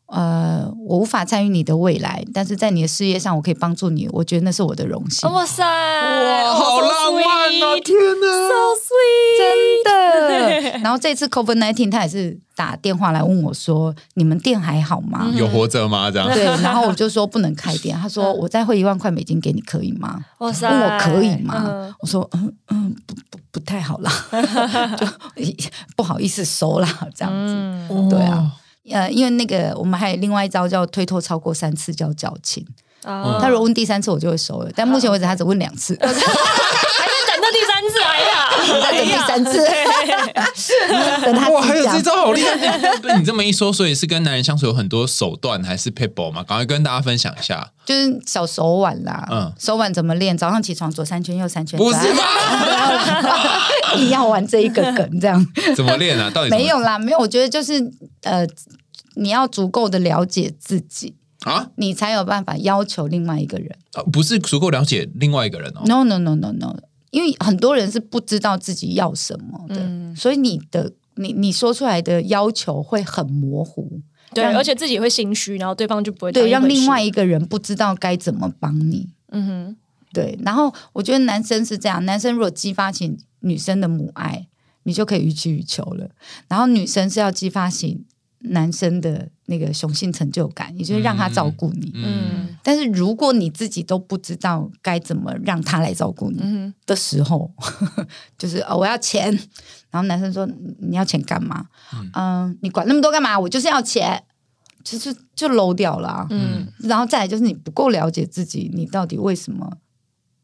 [SPEAKER 3] 呃，我无法参与你的未来，但是在你的事业上，我可以帮助你。我觉得那是我的荣幸。
[SPEAKER 4] 哇塞，哇
[SPEAKER 2] 哇，好浪漫啊！天哪，
[SPEAKER 4] ，so sweet，
[SPEAKER 3] 真的。然后这次 COVID nineteen，他也是打电话来问我说：“你们店还好吗？”
[SPEAKER 2] 有活着吗？这样
[SPEAKER 3] 对，然后我就说不能开店。他说：“我再汇一万块美金给你，可以吗
[SPEAKER 4] 哇塞，
[SPEAKER 3] 问哦我可以吗？
[SPEAKER 4] 嗯
[SPEAKER 3] 我说：“嗯嗯，不不不太好啦， <laughs> 就不好意思收啦，这样子。
[SPEAKER 4] 嗯，
[SPEAKER 2] 哦
[SPEAKER 3] 对啊，呃，因为那个我们还有另外一招叫推脱超过三次叫矫情。
[SPEAKER 4] 啊
[SPEAKER 3] 他如果问第三次，我就会收了。但目前为止，他只问两次，
[SPEAKER 4] 还在等到第三次，哎
[SPEAKER 3] <laughs>
[SPEAKER 4] 呀，
[SPEAKER 3] 在等第三次
[SPEAKER 4] 哎呀
[SPEAKER 3] <laughs> 等他
[SPEAKER 2] 哇，还
[SPEAKER 3] 自
[SPEAKER 2] 有
[SPEAKER 3] 己
[SPEAKER 2] 这
[SPEAKER 3] 讲。
[SPEAKER 2] 招好厉 <laughs> 害！被你这么一说，所以是跟男人相处有很多手段，还是 people 嘛？赶快跟大家分享一下，
[SPEAKER 3] 就是小手腕啦，
[SPEAKER 2] 嗯
[SPEAKER 3] 手腕怎么练？早上起床左三圈，右三圈，
[SPEAKER 2] 不是吗？
[SPEAKER 3] 吧？硬要玩这一个梗，
[SPEAKER 2] <laughs>
[SPEAKER 3] 这样
[SPEAKER 2] 怎么练啊？
[SPEAKER 3] <laughs>
[SPEAKER 2] 到底怎么
[SPEAKER 3] 没有啦，没有。我觉得就是呃，你要足够的了解自己，
[SPEAKER 2] 啊？
[SPEAKER 3] 你才有办法要求另外一个人。
[SPEAKER 2] 呃不是足够了解另外一个人哦。
[SPEAKER 3] No no no no no，因为很多人是不知道自己要什么的，
[SPEAKER 4] 嗯
[SPEAKER 3] 所以你的你你说出来的要求会很模糊，
[SPEAKER 4] 对，
[SPEAKER 3] 让
[SPEAKER 4] 而且自己会心虚，然后对方就不会
[SPEAKER 3] 啊
[SPEAKER 4] 当
[SPEAKER 3] 对，
[SPEAKER 4] 一回
[SPEAKER 3] 让另
[SPEAKER 4] 事
[SPEAKER 3] 外一个人不知道该怎么帮你。
[SPEAKER 4] 嗯哼，
[SPEAKER 3] 对，然后我觉得男生是这样，男生如果激发起女生的母爱，你就可以予取予求了。然后女生是要激发起男生的那个雄性成就感，也就是让他照顾你。
[SPEAKER 2] 嗯，
[SPEAKER 3] 但是如果你自己都不知道该怎么让他来照顾你
[SPEAKER 4] 嗯
[SPEAKER 3] 的时候， <laughs> 就是哦，我要钱，然后男生说你你要钱干嘛？嗯、你管那么多干嘛？我就是要钱，其实就 low 掉了、啊。
[SPEAKER 4] 嗯
[SPEAKER 3] 然后再来就是你不够了解自己，你到底为什么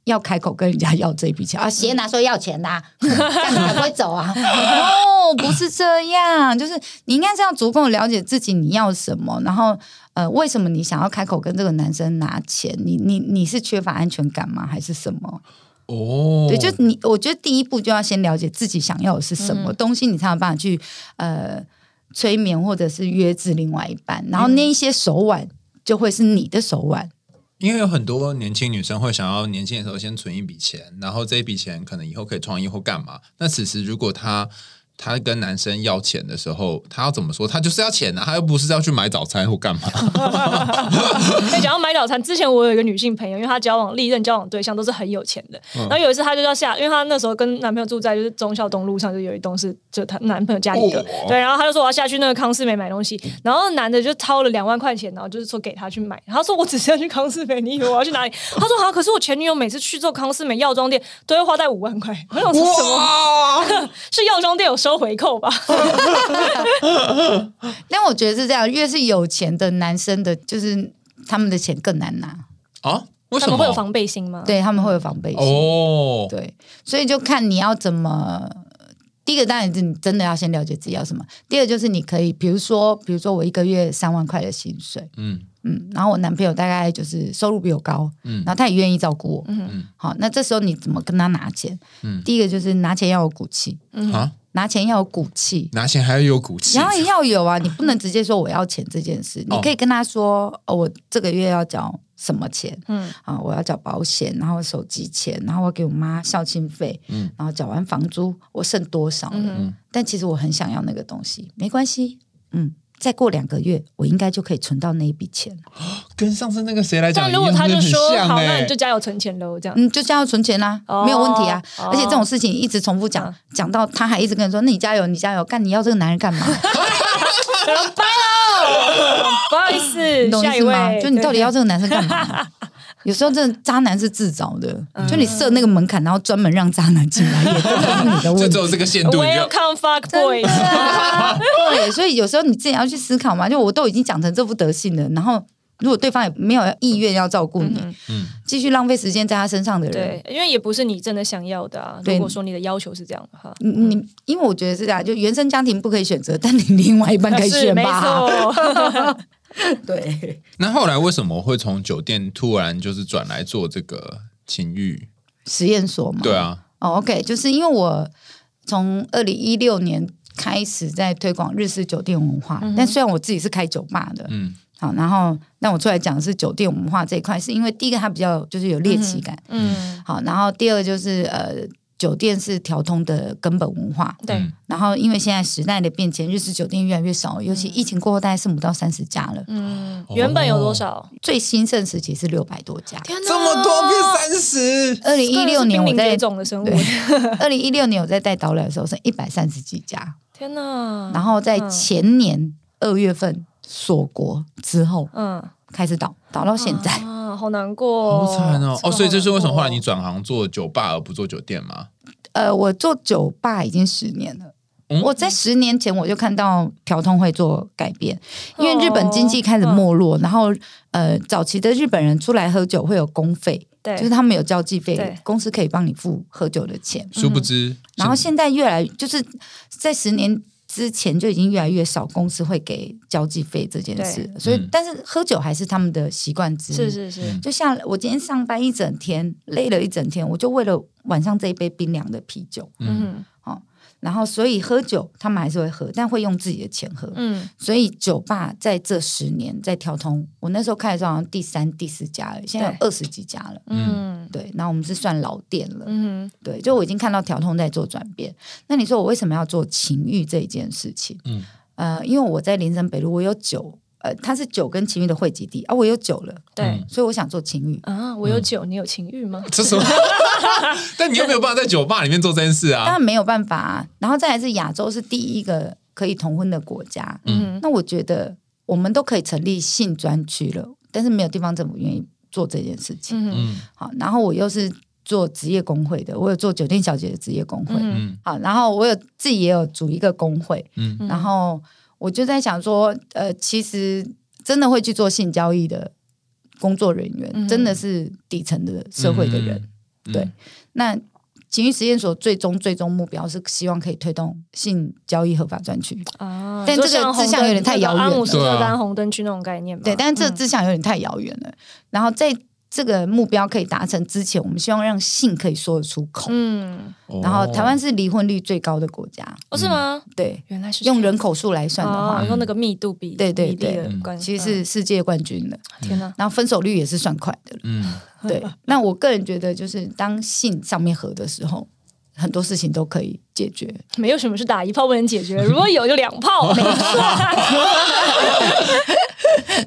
[SPEAKER 3] 要开口跟人家要这笔钱啊？鞋拿说要钱 <laughs> 的、啊，这样你才不会走啊？哦，不是这样，就是你应该是要足够了解自己你要什么，然后呃，为什么你想要开口跟这个男生拿钱？你你你是缺乏安全感吗？还是什么？
[SPEAKER 2] 哦，
[SPEAKER 3] 对，就你，我觉得第一步就要先了解自己想要的是什么、东西，你才有办法去呃催眠或者是约制另外一半，然后那一些手腕就会是你的手腕。
[SPEAKER 2] 因为有很多年轻女生会想要年轻的时候先存一笔钱，然后这一笔钱可能以后可以创业或干嘛。那此时如果她她跟男生要钱的时候，她要怎么说？她就是要钱啊，她又不是要去买早餐或干
[SPEAKER 3] <laughs>
[SPEAKER 2] 嘛。
[SPEAKER 4] 所以讲到买早餐，之前我有一个女性朋友，因为她交往历任交往对象都是很有钱的，
[SPEAKER 2] 嗯
[SPEAKER 4] 然后有一次她就要下，因为她那时候跟男朋友住在就是忠孝东路上，就有一栋是就她男朋友家里的，
[SPEAKER 2] 哦
[SPEAKER 4] 对，然后她就说我要下去那个康斯美买东西，然后男的就掏了两万块钱，然后就是说给她去买，她说我只是要去康斯美，你以为我要去哪里？她说好、啊可是我前女友每次去做康斯美药妆店都会花在五万块，我想说什么？
[SPEAKER 2] 哇！
[SPEAKER 4] 是药妆店有收回扣吧？
[SPEAKER 3] 但我觉得是这样，越是有钱的男生的，就是他们的钱更难拿，
[SPEAKER 2] 啊？为
[SPEAKER 4] 他
[SPEAKER 2] 什么
[SPEAKER 4] 们会有防备心吗？
[SPEAKER 3] 对他们会有防备心。
[SPEAKER 2] 哦？
[SPEAKER 3] 对，所以就看你要怎么。第一个当然是你真的要先了解自己要什么，第二个就是你可以，比如说，比如说我一个月三万块的薪水，
[SPEAKER 2] 嗯
[SPEAKER 3] 嗯，然后我男朋友大概就是收入比我高，
[SPEAKER 2] 嗯
[SPEAKER 3] 然后他也愿意照顾我，
[SPEAKER 2] 嗯
[SPEAKER 3] 嗯，好，那这时候你怎么跟他拿钱？
[SPEAKER 2] 嗯
[SPEAKER 3] 第一个就是拿钱要有骨气，
[SPEAKER 2] 啊，
[SPEAKER 3] 拿钱要有骨气，
[SPEAKER 2] 拿钱还要有骨气
[SPEAKER 3] 嗯然，后也要有啊，你不能直接说我要钱这件事，
[SPEAKER 2] 哦
[SPEAKER 3] 你可以跟他说，哦，我这个月要缴什么钱
[SPEAKER 4] 嗯，
[SPEAKER 3] 啊？我要缴保险，然后手机钱，然后我给我妈孝亲费，
[SPEAKER 2] 嗯
[SPEAKER 3] 然后缴完房租我剩多少了？
[SPEAKER 4] 嗯
[SPEAKER 3] 但其实我很想要那个东西，没关系，嗯，再过两个月我应该就可以存到那一笔钱了。
[SPEAKER 2] 跟上次那个谁来讲
[SPEAKER 4] 但
[SPEAKER 2] 一
[SPEAKER 4] 如
[SPEAKER 2] 样，
[SPEAKER 4] 果他就
[SPEAKER 2] 真的很
[SPEAKER 4] 说
[SPEAKER 2] 像
[SPEAKER 4] 好，
[SPEAKER 2] 欸
[SPEAKER 4] 那你就加油存钱喽，这样。
[SPEAKER 3] 嗯，就这样存钱啦、
[SPEAKER 4] 哦
[SPEAKER 3] 没有问题啊。
[SPEAKER 4] 哦
[SPEAKER 3] 而且这种事情一直重复讲，讲到他还一直跟人说：“那你加油，你加油，干你要这个男人干嘛？
[SPEAKER 4] 不好意思
[SPEAKER 3] 你，懂我
[SPEAKER 4] 下
[SPEAKER 3] 意
[SPEAKER 4] 一 <laughs>
[SPEAKER 3] 思吗？
[SPEAKER 4] 位，
[SPEAKER 3] 嗯就你到底
[SPEAKER 4] 对 <laughs>
[SPEAKER 3] 要这个男生干嘛？”有时候真的渣男是自找的，
[SPEAKER 4] 嗯
[SPEAKER 3] 就你设那个门槛，然后专门让渣男进
[SPEAKER 4] <laughs>
[SPEAKER 3] 来，也真的是你的
[SPEAKER 2] 哎就
[SPEAKER 3] 问
[SPEAKER 2] 只
[SPEAKER 3] 题。
[SPEAKER 2] 有这个限度，你就
[SPEAKER 4] Welcome fuck boy，
[SPEAKER 3] 真的啊对，所以有时候你自己要去思考嘛，就我都已经讲成这副德性了，然后如果对方也没有意愿要照顾你，
[SPEAKER 2] 嗯
[SPEAKER 3] 继续浪费时间在他身上的人，
[SPEAKER 4] 对，因为也不是你真的想要的啊。
[SPEAKER 3] 对
[SPEAKER 4] 如果说你的要求是这样的话，
[SPEAKER 3] 你
[SPEAKER 4] 嗯
[SPEAKER 3] 你，因为我觉得是这样，就原生家庭不可以选择，但你另外一半可以
[SPEAKER 4] 是
[SPEAKER 3] 选
[SPEAKER 4] 没
[SPEAKER 3] 吧？
[SPEAKER 4] 错。
[SPEAKER 3] <laughs> 对，
[SPEAKER 2] 那后来为什么会从酒店突然就是转来做这个情欲？
[SPEAKER 3] 实验所嘛，
[SPEAKER 2] 对啊，
[SPEAKER 4] 嗯
[SPEAKER 3] 哦，OK，就是因为我从二零一六年开始在推广日式酒店文
[SPEAKER 4] 嗯
[SPEAKER 3] 化，但虽然我自己是开酒吧的，
[SPEAKER 2] 嗯
[SPEAKER 3] 好，然后但我出来讲的是酒店文化这一块，是因为第一个它比较就是有猎奇感，
[SPEAKER 4] 嗯，
[SPEAKER 3] 好，然后第二就是呃。酒店是调通的根本文化，
[SPEAKER 4] 对
[SPEAKER 2] 嗯，
[SPEAKER 3] 然后因为现在时代的变迁，日式酒店越来越少，尤其疫情过后，大概剩不到三十家了。
[SPEAKER 4] 嗯，
[SPEAKER 3] 哦
[SPEAKER 4] 原本有多少？
[SPEAKER 3] 最兴盛时期是六百多家。
[SPEAKER 4] 天哪，
[SPEAKER 2] 这么多变三十，
[SPEAKER 3] 二零一六年我
[SPEAKER 4] 濒临
[SPEAKER 3] 在
[SPEAKER 4] 绝种的生物
[SPEAKER 3] 对，二零一六年我在带导览的时候是一百三十几家，
[SPEAKER 4] 天哪！
[SPEAKER 3] 然后在
[SPEAKER 4] 嗯
[SPEAKER 3] 前年二月份锁国之后
[SPEAKER 4] 嗯，
[SPEAKER 3] 开始倒，倒到现在。
[SPEAKER 4] 啊，好难过哦，
[SPEAKER 2] 好惨哦！
[SPEAKER 4] 真的
[SPEAKER 2] 哦，所以这是为什么后来你
[SPEAKER 4] 好
[SPEAKER 2] 转行做酒吧而不做酒店吗？
[SPEAKER 3] <laughs> 呃，我做酒吧已经十年了。
[SPEAKER 2] 嗯
[SPEAKER 3] 我在十年前我就看到调通会做改变，因为日本
[SPEAKER 4] 哦
[SPEAKER 3] 经济开始没落，然后呃，早期的日本人出来喝酒会有公费，
[SPEAKER 4] 难过
[SPEAKER 3] 就是他们有交际费
[SPEAKER 4] 对，
[SPEAKER 3] 公司可以帮你付喝酒的钱。
[SPEAKER 2] 殊不知，
[SPEAKER 3] 然后现在越来就是在十年之前就已经越来越少公司会给交际费这件事，所以、
[SPEAKER 2] 嗯
[SPEAKER 3] 但是喝酒还是他们的习惯之
[SPEAKER 4] 对，
[SPEAKER 3] 一。
[SPEAKER 4] 是是是
[SPEAKER 2] 嗯，
[SPEAKER 3] 就像我今天上班一整天，累了一整天，我就为了晚上这一杯冰凉的啤酒，
[SPEAKER 2] 嗯
[SPEAKER 4] 嗯
[SPEAKER 3] 然后所以喝酒他们还是会喝，但会用自己的钱喝。
[SPEAKER 4] 嗯，
[SPEAKER 3] 所以酒吧在这十年在调通，我那时候开的时候好像第三、第四家了，现在有二十几家了。
[SPEAKER 4] 嗯
[SPEAKER 3] 对，然后我们是算老店了。
[SPEAKER 4] 嗯
[SPEAKER 3] 对，就我已经看到调通在做转变。那你说我为什么要做情欲这一件事情？
[SPEAKER 2] 嗯
[SPEAKER 3] 呃，因为我在林森北路，我有酒，呃，它是酒跟情欲的汇集地啊，我有酒了，
[SPEAKER 4] 对
[SPEAKER 3] 所以我想做情欲。
[SPEAKER 4] 啊，我有酒，你有情欲吗？
[SPEAKER 2] 这什么？ <laughs> 但你又没有办法在酒吧里面做这件事
[SPEAKER 3] 当
[SPEAKER 2] 啊？
[SPEAKER 3] 然没有办法、啊，然后再来是亚洲是第一个可以同婚的国家，
[SPEAKER 4] 嗯
[SPEAKER 3] 那我觉得我们都可以成立性专区了，但是没有地方政府愿意做这件事情。
[SPEAKER 4] 嗯
[SPEAKER 2] 嗯
[SPEAKER 3] 好，然后我又是做职业工会的，我有做酒店小姐的职业工会，
[SPEAKER 4] 嗯
[SPEAKER 2] 嗯
[SPEAKER 3] 好，然后我有自己也有组一个工会，
[SPEAKER 2] 嗯
[SPEAKER 3] 然后我就在想说，呃，其实真的会去做性交易的工作人员，
[SPEAKER 4] 嗯
[SPEAKER 3] 真的是底层的社会的人。，
[SPEAKER 2] 嗯
[SPEAKER 3] 对，那情欲实验所最终最终目标是希望可以推动性交易合法专区，
[SPEAKER 4] 啊，
[SPEAKER 3] 但
[SPEAKER 4] 就
[SPEAKER 3] 这个
[SPEAKER 4] 像红
[SPEAKER 3] 志向
[SPEAKER 4] 灯
[SPEAKER 3] 有点太
[SPEAKER 4] 那个
[SPEAKER 3] 遥远
[SPEAKER 4] 安
[SPEAKER 3] 了
[SPEAKER 4] 武斯特
[SPEAKER 2] 对啊
[SPEAKER 4] 丹红灯区那种概念嘛。
[SPEAKER 3] 对，但是这
[SPEAKER 4] 嗯
[SPEAKER 3] 志向有点太遥远了。然后在这个目标可以达成之前，我们希望让性可以说得出口。
[SPEAKER 4] 嗯，
[SPEAKER 2] 哦
[SPEAKER 3] 然后台湾是离婚率最高的国家，
[SPEAKER 4] 哦是吗？
[SPEAKER 3] 对，
[SPEAKER 4] 原来是这样
[SPEAKER 3] 用人口数来算的
[SPEAKER 4] 哦
[SPEAKER 3] 话，
[SPEAKER 4] 你说那个密度比
[SPEAKER 3] 对对
[SPEAKER 4] 比例的
[SPEAKER 2] 对
[SPEAKER 4] 关系，
[SPEAKER 3] 其实是世界冠军的。
[SPEAKER 4] 嗯天哪，
[SPEAKER 3] 然后分手率也是算快的
[SPEAKER 4] <laughs>
[SPEAKER 3] 了。
[SPEAKER 2] 嗯
[SPEAKER 3] 对，那我个人觉得，就是当性上面合的时候，很多事情都可以解决。
[SPEAKER 4] 没有什么是打一炮不能解决，如果有就两 <laughs> 炮，没错。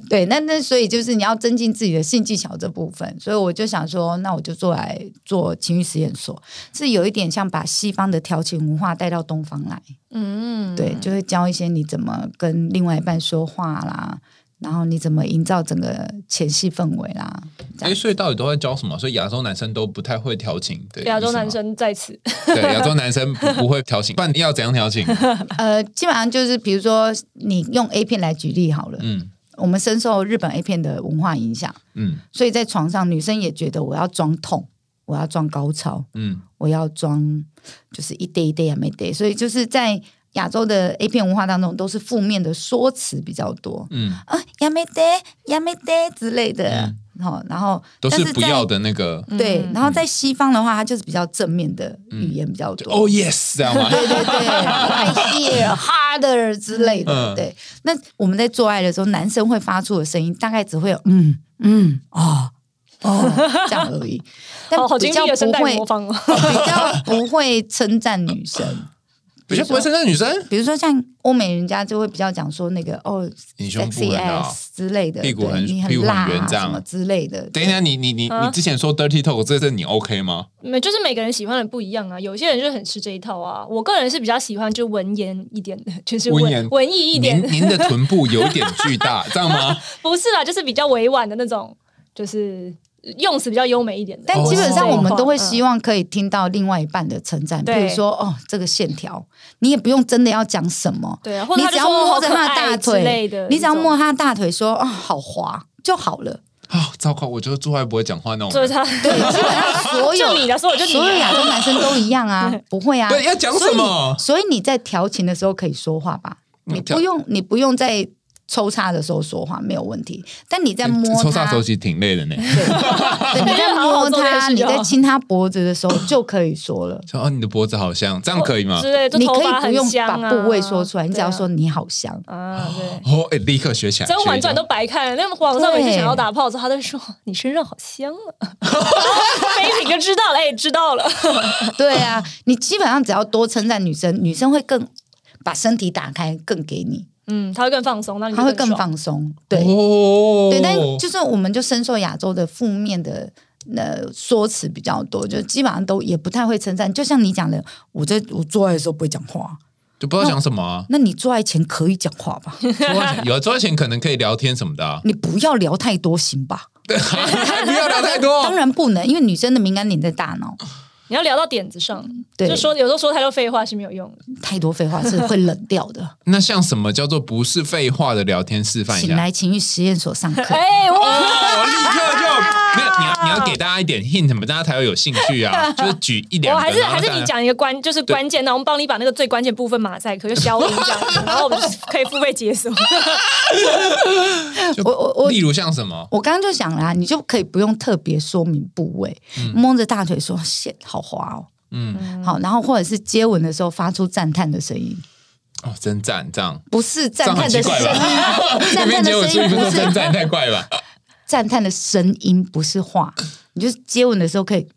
[SPEAKER 3] 对，那那所以就是你要增进自己的性技巧这部分。所以我就想说，那我就做来做情欲实验所，是有一点像把西方的调情文化带到东方来。
[SPEAKER 4] 嗯，
[SPEAKER 3] 对，就会教一些你怎么跟另外一半说话啦。然后你怎么营造整个前戏氛围啦？
[SPEAKER 2] 哎，所以到底都在教什么？所以亚洲男生都不太会调情的意思吗，
[SPEAKER 4] 亚洲男生在 <laughs> 此，
[SPEAKER 2] 对亚洲男生不不会调情，不然要怎样调情？
[SPEAKER 3] 呃，基本上就是比如说，你用 A 片来举例好了，
[SPEAKER 2] 嗯
[SPEAKER 3] 我们深受日本 A 片的文化影响，
[SPEAKER 2] 嗯
[SPEAKER 3] 所以在床上，女生也觉得我要装痛，我要装高潮，
[SPEAKER 2] 嗯
[SPEAKER 3] 我要装就是一堆一堆也没堆，所以就是在亚洲的 A 片文化当中，都是负面的说辞比较多，
[SPEAKER 2] 嗯，
[SPEAKER 3] 啊，也没得，也没得之类的。好，然后
[SPEAKER 2] 都
[SPEAKER 3] 但
[SPEAKER 2] 是
[SPEAKER 3] 是
[SPEAKER 2] 不
[SPEAKER 3] 在嗯
[SPEAKER 2] 要的那个。
[SPEAKER 3] 对，
[SPEAKER 4] 嗯
[SPEAKER 3] 然后在西方的话，它就是比较正面的语言比较多。
[SPEAKER 2] 哦 yes，这样吗？
[SPEAKER 3] 对对
[SPEAKER 2] <laughs>
[SPEAKER 3] 对，I hear harder 之类的。
[SPEAKER 2] 嗯
[SPEAKER 3] 对，那我们在做爱的时候，男生会发出的声音大概只会有嗯嗯哦哦这样而
[SPEAKER 4] <laughs>
[SPEAKER 3] 已，但
[SPEAKER 4] 好好
[SPEAKER 3] 比
[SPEAKER 4] 精
[SPEAKER 3] 较
[SPEAKER 4] 辟的声
[SPEAKER 3] 不
[SPEAKER 4] 带
[SPEAKER 3] 会
[SPEAKER 4] 模仿哦。
[SPEAKER 3] 比较不会称赞女生。
[SPEAKER 2] <laughs>
[SPEAKER 3] <laughs>
[SPEAKER 2] 比较不会称赞女生，
[SPEAKER 3] 比如说像欧美人家就会比较讲说那个哦
[SPEAKER 2] 你胸部
[SPEAKER 3] ，sexy
[SPEAKER 2] 很大
[SPEAKER 3] ass 之类的，
[SPEAKER 2] 屁股很
[SPEAKER 3] 对你
[SPEAKER 2] 屁股很
[SPEAKER 3] 辣
[SPEAKER 2] 圆
[SPEAKER 3] 啊
[SPEAKER 2] 这样
[SPEAKER 3] 什么之类的。
[SPEAKER 2] 等一下，你你你
[SPEAKER 3] 嗯
[SPEAKER 2] 你之前说 dirty talk 这个你 OK 吗？
[SPEAKER 4] <laughs> 没，就是每个人喜欢的不一样啊。有些人就很吃这一套啊。我个人是比较喜欢就文言一点的，就是
[SPEAKER 2] 文言
[SPEAKER 4] 文文艺一点，
[SPEAKER 2] 您您的臀部有点巨大，这样吗？ <laughs>
[SPEAKER 4] 不是啦，就是比较委婉的那种，就是用词比较优美一点
[SPEAKER 2] 哦
[SPEAKER 4] 的。哦嗯
[SPEAKER 3] 但基本上我们都会希
[SPEAKER 4] 望，
[SPEAKER 3] 望可以听到另外一半的称赞，比
[SPEAKER 4] 对
[SPEAKER 3] 如说哦，这个线条，你也不用真的要讲什么，
[SPEAKER 4] 对啊，或者
[SPEAKER 3] 你
[SPEAKER 4] 他
[SPEAKER 3] 只
[SPEAKER 4] 就
[SPEAKER 3] 要
[SPEAKER 4] 说
[SPEAKER 3] 摸
[SPEAKER 4] 好
[SPEAKER 3] 着
[SPEAKER 4] 可
[SPEAKER 3] 他的
[SPEAKER 4] 爱
[SPEAKER 3] 大
[SPEAKER 4] 之
[SPEAKER 3] 腿
[SPEAKER 4] 类的，，
[SPEAKER 3] 你只要
[SPEAKER 4] 这种
[SPEAKER 3] 摸，他的大腿说哦，好滑就好了。
[SPEAKER 2] 啊，糟糕，我就是做爱不会讲话那种
[SPEAKER 4] 就是
[SPEAKER 2] 人。
[SPEAKER 4] 他， <laughs>
[SPEAKER 3] 对，基本上所有
[SPEAKER 4] 就你的，所以就你啊
[SPEAKER 3] 所有
[SPEAKER 4] 的
[SPEAKER 3] 亚洲男生都一样
[SPEAKER 4] <laughs>
[SPEAKER 3] 啊，不会啊。
[SPEAKER 2] 对，要讲什么？
[SPEAKER 3] 所以你在调情的时候可以说话吧，
[SPEAKER 2] 嗯
[SPEAKER 3] 你
[SPEAKER 2] 调
[SPEAKER 3] 不用你不用在抽插的时候说话没有问题，但你在摸
[SPEAKER 2] 嗯抽
[SPEAKER 3] 他
[SPEAKER 2] 插，手其实挺累的呢。 <laughs>
[SPEAKER 3] 对，对你在
[SPEAKER 4] <laughs> 好好
[SPEAKER 3] 摸
[SPEAKER 4] 做这件
[SPEAKER 3] 他，
[SPEAKER 4] 事哦
[SPEAKER 3] 你
[SPEAKER 4] 就好
[SPEAKER 3] 在亲他脖子
[SPEAKER 2] <laughs>
[SPEAKER 3] 的时候就可以说了。
[SPEAKER 2] 说哦，你的脖子好香，这样可以吗？
[SPEAKER 4] 之类的，就
[SPEAKER 3] 你
[SPEAKER 4] 头
[SPEAKER 3] 可
[SPEAKER 4] 发
[SPEAKER 3] 以不
[SPEAKER 4] 很
[SPEAKER 3] 用
[SPEAKER 4] 香
[SPEAKER 3] 把
[SPEAKER 4] 啊
[SPEAKER 3] 部位说出来，你只要
[SPEAKER 4] 对啊
[SPEAKER 3] 说你好香，
[SPEAKER 4] 啊，对。
[SPEAKER 2] 哦，哎，立刻学起
[SPEAKER 4] 《
[SPEAKER 2] 来。
[SPEAKER 4] 甄嬛传》
[SPEAKER 2] 学
[SPEAKER 4] 都
[SPEAKER 2] 一下
[SPEAKER 4] 白看了，那网上每次
[SPEAKER 3] 对
[SPEAKER 4] 想要打炮的时候，他都说你身上好香
[SPEAKER 3] <laughs>
[SPEAKER 4] 啊，妃嫔就知道了，哎，知道了，
[SPEAKER 3] 对啊，你基本上只要多称赞女生，女生会更把身体打开，更给你，
[SPEAKER 4] 嗯，他会更放松，那你就
[SPEAKER 3] 她会更
[SPEAKER 4] 爽，
[SPEAKER 3] 放松，对。
[SPEAKER 2] 哦，
[SPEAKER 3] 对，但就是我们就深受亚洲的负面的呃说辞比较多，就基本上都也不太会称赞。就像你讲的，我在我做爱的时候不会讲话，
[SPEAKER 2] 就不知道讲什么
[SPEAKER 3] <laughs>
[SPEAKER 2] 啊。
[SPEAKER 3] 那你做爱前可以讲话
[SPEAKER 2] <laughs>
[SPEAKER 3] 吧？，
[SPEAKER 2] 做爱前有做爱前可能可以聊天什么的啊 <laughs>
[SPEAKER 3] 你不要聊太多，行吧？
[SPEAKER 2] 不要聊太
[SPEAKER 3] 当
[SPEAKER 2] 多。
[SPEAKER 3] 然不能，因为女生的敏感点在大脑，
[SPEAKER 4] 你要聊到点子上，
[SPEAKER 3] 对
[SPEAKER 4] 就说有时候说太多废话是没有用的。
[SPEAKER 3] 太多废话是会冷掉
[SPEAKER 2] <laughs>
[SPEAKER 3] 的。
[SPEAKER 2] 那像什么叫做不是废话的聊天示范一
[SPEAKER 3] 请
[SPEAKER 2] 下？
[SPEAKER 3] 来情欲实验所
[SPEAKER 2] <laughs>
[SPEAKER 3] 上课，
[SPEAKER 4] 哎哇，
[SPEAKER 2] 哦，立刻就没有你要你要给大家一点 hint 嘛，大家才会有兴趣
[SPEAKER 3] <laughs>
[SPEAKER 2] 啊。就是举一两
[SPEAKER 4] 我
[SPEAKER 2] 个，
[SPEAKER 4] 还是
[SPEAKER 2] 然后
[SPEAKER 4] 还
[SPEAKER 2] 大
[SPEAKER 4] 是
[SPEAKER 2] 家
[SPEAKER 4] 你讲一个关，就是关键那我们帮你把那个最关键部分马赛克就消音这样子，然后我们就可以付费解
[SPEAKER 2] <laughs>
[SPEAKER 4] 锁。
[SPEAKER 3] 我我我
[SPEAKER 2] <laughs> 例如像什么？
[SPEAKER 3] 我刚刚就想啦、你就可以不用特别说明部位，摸着大腿说“线好滑哦”，
[SPEAKER 2] 嗯，
[SPEAKER 3] 好，然后或者是接吻的时候发出赞叹的声音，
[SPEAKER 2] 哦，真赞，这样
[SPEAKER 3] 不是赞叹的声音
[SPEAKER 2] 这样很，
[SPEAKER 3] 赞
[SPEAKER 2] 边
[SPEAKER 3] 叹
[SPEAKER 2] 结果
[SPEAKER 3] 的
[SPEAKER 2] 出
[SPEAKER 3] 声
[SPEAKER 2] 一
[SPEAKER 3] 音
[SPEAKER 2] 分
[SPEAKER 3] 不
[SPEAKER 2] 钟真
[SPEAKER 3] 是
[SPEAKER 2] 赞，太快了吧？ <laughs>
[SPEAKER 3] 赞叹的声音不是话。你就是接吻的时候可以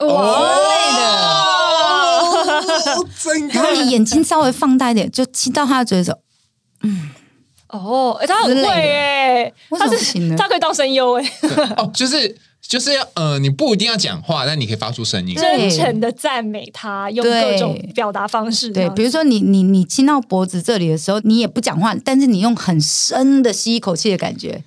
[SPEAKER 4] 哇，
[SPEAKER 3] 累的，
[SPEAKER 2] 哦，真
[SPEAKER 3] 然后你眼睛稍微放大一点，就亲到他的嘴的时候，
[SPEAKER 4] 哦，哎他很会哎，
[SPEAKER 3] 为什
[SPEAKER 4] 他
[SPEAKER 3] 么不行
[SPEAKER 4] 是
[SPEAKER 3] 呢
[SPEAKER 4] 他可以当声优哎，
[SPEAKER 2] 哦，就是就是要呃，你不一定要讲话，但你可以发出声音。
[SPEAKER 4] 真诚的赞美他，用各种表达方式这
[SPEAKER 3] 对，
[SPEAKER 4] 样子。
[SPEAKER 3] 比如说你你你亲到脖子这里的时候，你也不讲话，但是你用很深的吸一口气的感觉，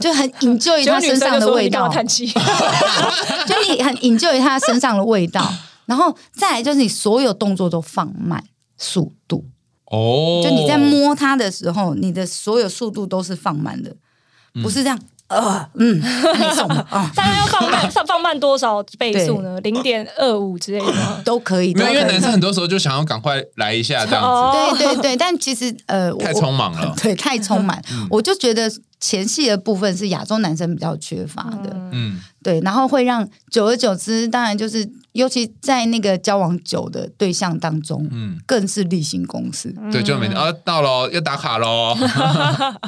[SPEAKER 3] 就很 enjoy
[SPEAKER 4] 结果
[SPEAKER 3] 他
[SPEAKER 4] 女
[SPEAKER 3] 身
[SPEAKER 4] 生
[SPEAKER 3] 上
[SPEAKER 4] 就
[SPEAKER 3] 的
[SPEAKER 4] 说
[SPEAKER 3] 味
[SPEAKER 4] 你干
[SPEAKER 3] 道
[SPEAKER 4] 嘛，叹气？
[SPEAKER 3] <laughs>
[SPEAKER 4] <laughs>
[SPEAKER 3] 就你很 enjoy 他身上的味道，然后再来就是你所有动作都放慢速度，
[SPEAKER 2] 哦，
[SPEAKER 3] 就你在摸它的时候，你的所有速度都是放慢的，
[SPEAKER 2] 嗯
[SPEAKER 3] 不是这样。呃，嗯，那
[SPEAKER 2] <laughs>
[SPEAKER 3] 种啊
[SPEAKER 4] 大概要放
[SPEAKER 3] <laughs>
[SPEAKER 4] 慢，放放慢多少倍速呢？零点二五之类的吗。
[SPEAKER 3] <laughs> 都可以，
[SPEAKER 2] 没有，
[SPEAKER 3] 都
[SPEAKER 2] 因为
[SPEAKER 3] 可以
[SPEAKER 2] 男生很多时候就想要赶快来一下这
[SPEAKER 3] <laughs>
[SPEAKER 2] 样
[SPEAKER 4] 哦
[SPEAKER 3] 对对对，但其实
[SPEAKER 2] <laughs>
[SPEAKER 3] 呃，我
[SPEAKER 2] 子，太匆忙了。嗯
[SPEAKER 3] 对，太
[SPEAKER 2] <laughs>
[SPEAKER 3] 充满，我就觉得前戏的部分是亚洲男生比较缺乏的，
[SPEAKER 2] 嗯，
[SPEAKER 3] 对，然后会让久而久之，当然就是尤其在那个交往久的对象当中，
[SPEAKER 2] 嗯
[SPEAKER 3] 更是例行公事，
[SPEAKER 2] 对，就
[SPEAKER 3] 嗯
[SPEAKER 2] 每天啊到喽，要打卡喽。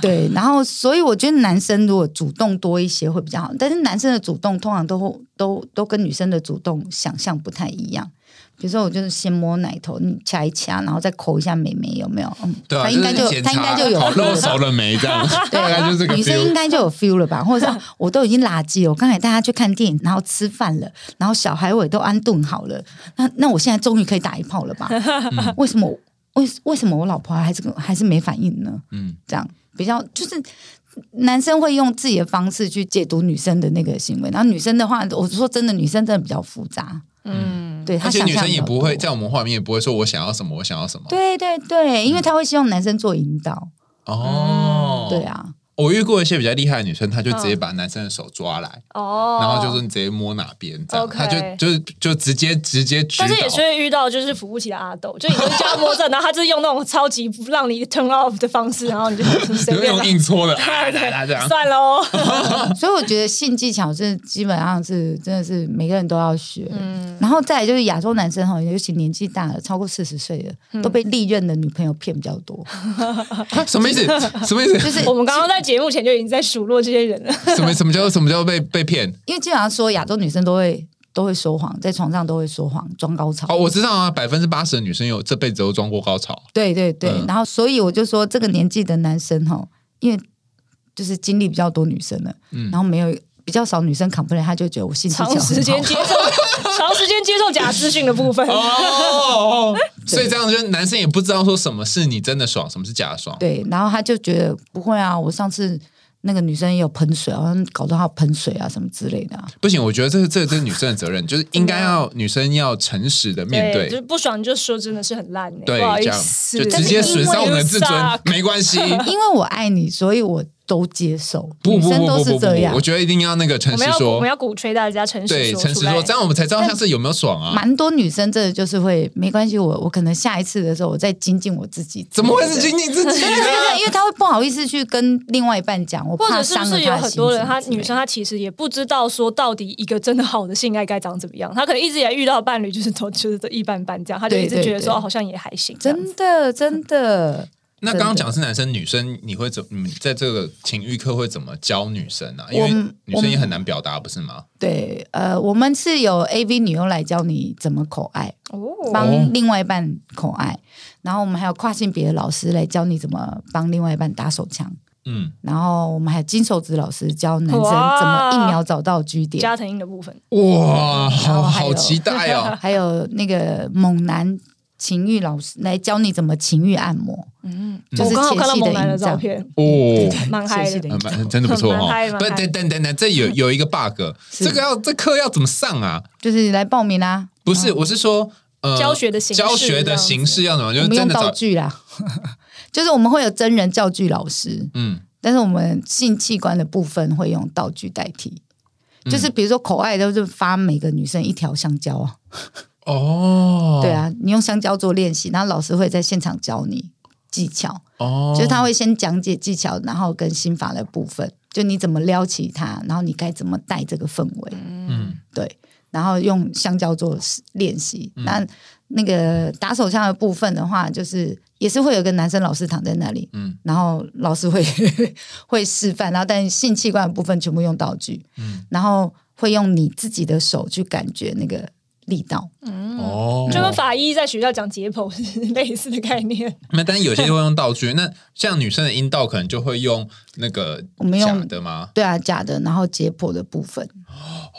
[SPEAKER 3] 对，然后所以我觉得男生如果主动多一些会比较好，但是男生的主动通常都会都都跟女生的主动想象不太一样。比如说，我就是先摸奶头，你掐一掐，然后再抠一下妹妹，有没有？嗯，
[SPEAKER 2] 对啊，
[SPEAKER 3] 他应该就是
[SPEAKER 2] 检
[SPEAKER 3] 他
[SPEAKER 2] 查
[SPEAKER 3] 应该就有
[SPEAKER 2] 烤
[SPEAKER 3] feel
[SPEAKER 2] 肉
[SPEAKER 3] 了吧
[SPEAKER 2] 熟了
[SPEAKER 3] <laughs>
[SPEAKER 2] 没这样， <laughs> 大概就是这个
[SPEAKER 3] 啊女生
[SPEAKER 2] feel
[SPEAKER 3] 应。该就有 feel
[SPEAKER 2] <laughs>
[SPEAKER 3] 了吧？或者是我都已经垃圾了，我刚才带她去看电影，然后吃饭了，然后小孩我也都安顿好了，那那我现在终于可以打一炮了吧？
[SPEAKER 2] 嗯
[SPEAKER 3] 为什么？为为什么我老婆还是跟还是没反应呢？
[SPEAKER 2] 嗯，
[SPEAKER 3] 这样比较就是男生会用自己的方式去解读女生的那个行为，然后女生的话，我说真的，女生真的比较复杂，
[SPEAKER 4] 嗯，
[SPEAKER 3] 对她
[SPEAKER 2] 而且
[SPEAKER 3] 想
[SPEAKER 2] 女
[SPEAKER 3] 象
[SPEAKER 2] 生也
[SPEAKER 3] 比较
[SPEAKER 2] 不会
[SPEAKER 3] 多
[SPEAKER 2] 在我们画面也不会说我想要什么，我想要什么。
[SPEAKER 3] 对啊对对，因为她会希望男生做引导，
[SPEAKER 2] 哦，
[SPEAKER 3] 对，啊，
[SPEAKER 2] 我遇过一些比较厉害的女生，她就直接把男生的手抓来，
[SPEAKER 4] 嗯哦，
[SPEAKER 2] 然后就说你直接摸哪边这样，
[SPEAKER 4] OK
[SPEAKER 2] 她就就就直接直接指
[SPEAKER 4] 但是也
[SPEAKER 2] 导
[SPEAKER 4] 是。会遇到就是扶不起的阿斗，就你就叫他摸着，然后他就是用那种超级不让你 turn off 的方式，然后你就随
[SPEAKER 2] <laughs> 有一
[SPEAKER 4] 便
[SPEAKER 2] 种
[SPEAKER 4] 啦
[SPEAKER 2] 硬搓的，
[SPEAKER 4] <laughs>
[SPEAKER 2] 啊来来这样，
[SPEAKER 4] 算哦喽。
[SPEAKER 3] 所以我觉得性技巧是基本上是真的是每个人都要学，然后再来就是亚洲男生哈，尤其年纪大了，超过四十岁的，都被历任的女朋友骗比较多，
[SPEAKER 2] 啊什么意思？什么意
[SPEAKER 3] <laughs>
[SPEAKER 2] 思？
[SPEAKER 4] <laughs>
[SPEAKER 3] 就是
[SPEAKER 4] 我们刚刚在节目前就已经在数落这些人了，
[SPEAKER 2] 什么什么叫什么叫被被骗？
[SPEAKER 3] 因为基本上说亚洲女生都会都会说谎，在床上都会说谎装高潮
[SPEAKER 2] 哦，。我知道啊，百分之八十的女生有这辈子都装过高潮。
[SPEAKER 3] 对对对，
[SPEAKER 2] 嗯
[SPEAKER 3] 然后所以我就说这个年纪的男生哈，因为就是经历比较多女生了，然后没有比较少女生 complain，她就觉得我性技巧
[SPEAKER 4] 长时间接受 <laughs> 长时间接受假资讯的部分，
[SPEAKER 2] 哦，
[SPEAKER 4] <laughs>
[SPEAKER 2] 所以这样就是男生也不知道说什么是你真的爽，什么是假爽。
[SPEAKER 3] 对，然后她就觉得不会啊，我上次那个女生也有喷水啊，好像搞到她有喷水啊什么之类的啊、
[SPEAKER 2] 不行，我觉得这这这是女生的责任，就是应该要女生要诚实的面对，
[SPEAKER 4] 就是不爽就说真的是很烂欸，
[SPEAKER 2] 对
[SPEAKER 4] 不好，意
[SPEAKER 2] 这样
[SPEAKER 4] 思，
[SPEAKER 2] 就直
[SPEAKER 4] 但是
[SPEAKER 2] 接
[SPEAKER 4] 因
[SPEAKER 2] 损伤我们的自尊
[SPEAKER 4] 为 you suck，
[SPEAKER 2] 没关
[SPEAKER 4] <laughs>
[SPEAKER 2] 系。
[SPEAKER 3] 因为我爱你，所以我都接受，
[SPEAKER 2] 不
[SPEAKER 3] 女
[SPEAKER 2] 不
[SPEAKER 3] 生
[SPEAKER 2] 不
[SPEAKER 3] 都
[SPEAKER 2] 不不
[SPEAKER 3] 是这
[SPEAKER 2] 不，
[SPEAKER 3] 样
[SPEAKER 2] 我。觉得一定要那个诚
[SPEAKER 4] 我
[SPEAKER 2] 实
[SPEAKER 4] 们要我
[SPEAKER 2] 说
[SPEAKER 4] 们，要鼓吹大家诚实
[SPEAKER 2] 对，
[SPEAKER 4] 说
[SPEAKER 2] 诚实
[SPEAKER 4] 出来
[SPEAKER 2] 说，这样我们才知道下次有没有爽啊。
[SPEAKER 3] 蛮多女生真的就是会没关系，我我可能下一次的时候我再精进我自己。
[SPEAKER 2] 怎么会是仅仅自己
[SPEAKER 4] <laughs>
[SPEAKER 3] 对？对对对，因为她会不好意思去跟另外一半讲，我
[SPEAKER 4] 或
[SPEAKER 3] 怕
[SPEAKER 4] 者是
[SPEAKER 3] 伤
[SPEAKER 4] 不
[SPEAKER 3] 了
[SPEAKER 4] 是有
[SPEAKER 3] 她的
[SPEAKER 4] 很
[SPEAKER 3] 心
[SPEAKER 4] 多人，
[SPEAKER 3] 情
[SPEAKER 4] 她
[SPEAKER 3] 之类
[SPEAKER 4] 女
[SPEAKER 3] 的
[SPEAKER 4] 生她其实也不知道说到底一个真的好的性爱该长怎么样，她可能一直以来遇到的伴侣就是都就是这一般般这样，她就一直
[SPEAKER 3] 对对
[SPEAKER 4] 觉得说
[SPEAKER 3] 对
[SPEAKER 4] 哦好像也还行这样子。
[SPEAKER 3] 真的真的，
[SPEAKER 2] 那刚刚讲是男生，女生你会怎么？你在这个情欲课会怎么教女生啊？因为
[SPEAKER 3] 我们
[SPEAKER 2] 女生也很难表达，不是吗？
[SPEAKER 3] <laughs> 对，呃，我们是有 A V 女优来教你怎么口爱，
[SPEAKER 4] 哦，
[SPEAKER 3] 帮另外一半口爱，然后我们还有跨性别的老师来教你怎么帮另外一半打手枪，
[SPEAKER 2] 嗯，
[SPEAKER 3] 然后我们还有金手指老师教男生怎么一秒找到居点，
[SPEAKER 4] 加藤鹰的部分，
[SPEAKER 2] 哇，
[SPEAKER 3] 然
[SPEAKER 2] 好
[SPEAKER 3] 后还有
[SPEAKER 2] 好期待
[SPEAKER 3] <laughs>
[SPEAKER 2] 哦！
[SPEAKER 3] 还有那个猛男情欲老师来教你怎么情欲按摩，
[SPEAKER 4] 嗯，
[SPEAKER 3] 就是
[SPEAKER 4] 我刚好看到
[SPEAKER 3] 前戏的
[SPEAKER 4] 猛男的
[SPEAKER 3] 营造
[SPEAKER 4] 照片，
[SPEAKER 2] 哦，
[SPEAKER 4] <laughs> 蛮嗨
[SPEAKER 3] 谢谢
[SPEAKER 4] 的
[SPEAKER 3] 你。
[SPEAKER 2] 嗯蛮真的不错
[SPEAKER 4] 蛮
[SPEAKER 2] 哦
[SPEAKER 4] 嗨。蛮
[SPEAKER 2] 不，
[SPEAKER 4] 嗨
[SPEAKER 2] 等等等等，这有有一个 bug，
[SPEAKER 3] 是
[SPEAKER 2] 这个要这课要怎么上啊？
[SPEAKER 3] 就是来报名啦、啊
[SPEAKER 2] 不
[SPEAKER 3] 嗯
[SPEAKER 2] 是，我是说，呃，
[SPEAKER 4] 教学的形式
[SPEAKER 2] 教学的形式要怎么？就
[SPEAKER 3] 我
[SPEAKER 2] 是
[SPEAKER 3] 们
[SPEAKER 2] 真
[SPEAKER 3] 用
[SPEAKER 2] 的
[SPEAKER 3] 道
[SPEAKER 2] 找，
[SPEAKER 3] 具啦， <laughs> 就是我们会有真人教具老师，
[SPEAKER 2] 嗯，
[SPEAKER 3] 但是我们性器官的部分会用道具代替，
[SPEAKER 2] 嗯
[SPEAKER 3] 就是比如说口爱都是发每个女生一条香蕉啊，
[SPEAKER 2] 哦，
[SPEAKER 3] 对，啊，你用香蕉做练习，然后老师会在现场教你技巧，
[SPEAKER 2] 哦，
[SPEAKER 3] 就是他会先讲解技巧，然后跟心法的部分，就你怎么撩起它，然后你该怎么带这个氛围，
[SPEAKER 2] 嗯，
[SPEAKER 3] 对，然后用香蕉做练习。那那个打手枪的部分的话，就是也是会有一个男生老师躺在那里，
[SPEAKER 2] 嗯
[SPEAKER 3] 嗯，然后老师会 <laughs> 会示范，然后但性器官的部分全部用道具，
[SPEAKER 2] 嗯
[SPEAKER 3] 嗯，然后会用你自己的手去感觉那个力道，
[SPEAKER 2] 哦，
[SPEAKER 4] 就跟法医在学校讲解剖是类似的概念，
[SPEAKER 2] 那但是有些会用道具， <laughs> 那像女生的阴道可能就会用那个
[SPEAKER 3] 我们
[SPEAKER 2] 假
[SPEAKER 3] 用
[SPEAKER 2] 的吗？
[SPEAKER 3] 对啊，假的，然后解剖的部分，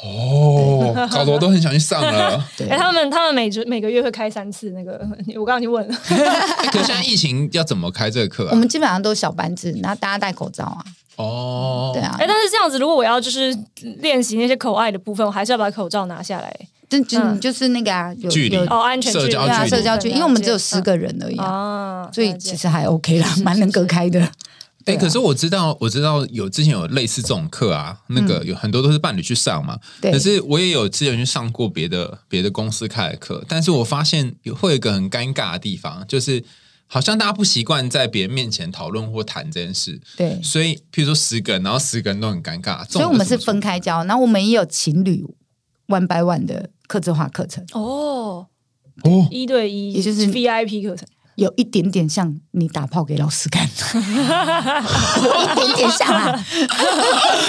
[SPEAKER 2] 哦，搞得我都很想去上了。
[SPEAKER 3] 对，
[SPEAKER 4] 哎、他们他们每周每个月会开三次那个，我刚刚已
[SPEAKER 3] <laughs>
[SPEAKER 4] 经问了，
[SPEAKER 2] 哎可是现在疫情要怎么开这个课
[SPEAKER 3] 我
[SPEAKER 2] 啊？
[SPEAKER 3] 们基本上都是小班制，然后大家戴口罩啊，
[SPEAKER 2] 哦，
[SPEAKER 3] 对，啊
[SPEAKER 4] 哎、，但是这样子，如果我要就是练习那些口爱的部分，我还是要把口罩拿下来，
[SPEAKER 3] 这就
[SPEAKER 4] 嗯
[SPEAKER 3] 就是那个啊，有
[SPEAKER 2] 距离
[SPEAKER 3] 有
[SPEAKER 4] 哦，安全距离
[SPEAKER 2] 社交
[SPEAKER 3] 对啊，
[SPEAKER 2] 距离
[SPEAKER 3] 社交距离，因为我们只有十
[SPEAKER 4] 个。
[SPEAKER 3] 个人而已啊，
[SPEAKER 4] 啊，
[SPEAKER 3] 所以
[SPEAKER 4] 了解
[SPEAKER 3] 其实还 OK 啦，蛮能隔开的。
[SPEAKER 2] 哎、
[SPEAKER 3] 对啊
[SPEAKER 2] 可是我知道，我知道有之前有类似这种课啊，那个有很多都是伴侣去上嘛。
[SPEAKER 3] 对
[SPEAKER 2] 可是我也有之前去上过别的别的公司开的课，但是我发现有会有一个很尴尬的地方，就是好像大家不习惯在别人面前讨论或谈这件事，
[SPEAKER 3] 对，
[SPEAKER 2] 所以譬如说十个人，然后十个人都很尴尬。这种
[SPEAKER 3] 所以我们
[SPEAKER 2] 怎
[SPEAKER 3] 是
[SPEAKER 2] 么做
[SPEAKER 3] 分开教，然后我们也有情侣 one by one 的客制化课程，
[SPEAKER 4] 哦，
[SPEAKER 2] 哦，
[SPEAKER 4] 一对一，
[SPEAKER 3] 也就是
[SPEAKER 4] VIP 课程，
[SPEAKER 3] 有一点点像你打炮给老师看， <laughs> 有一点点像啊。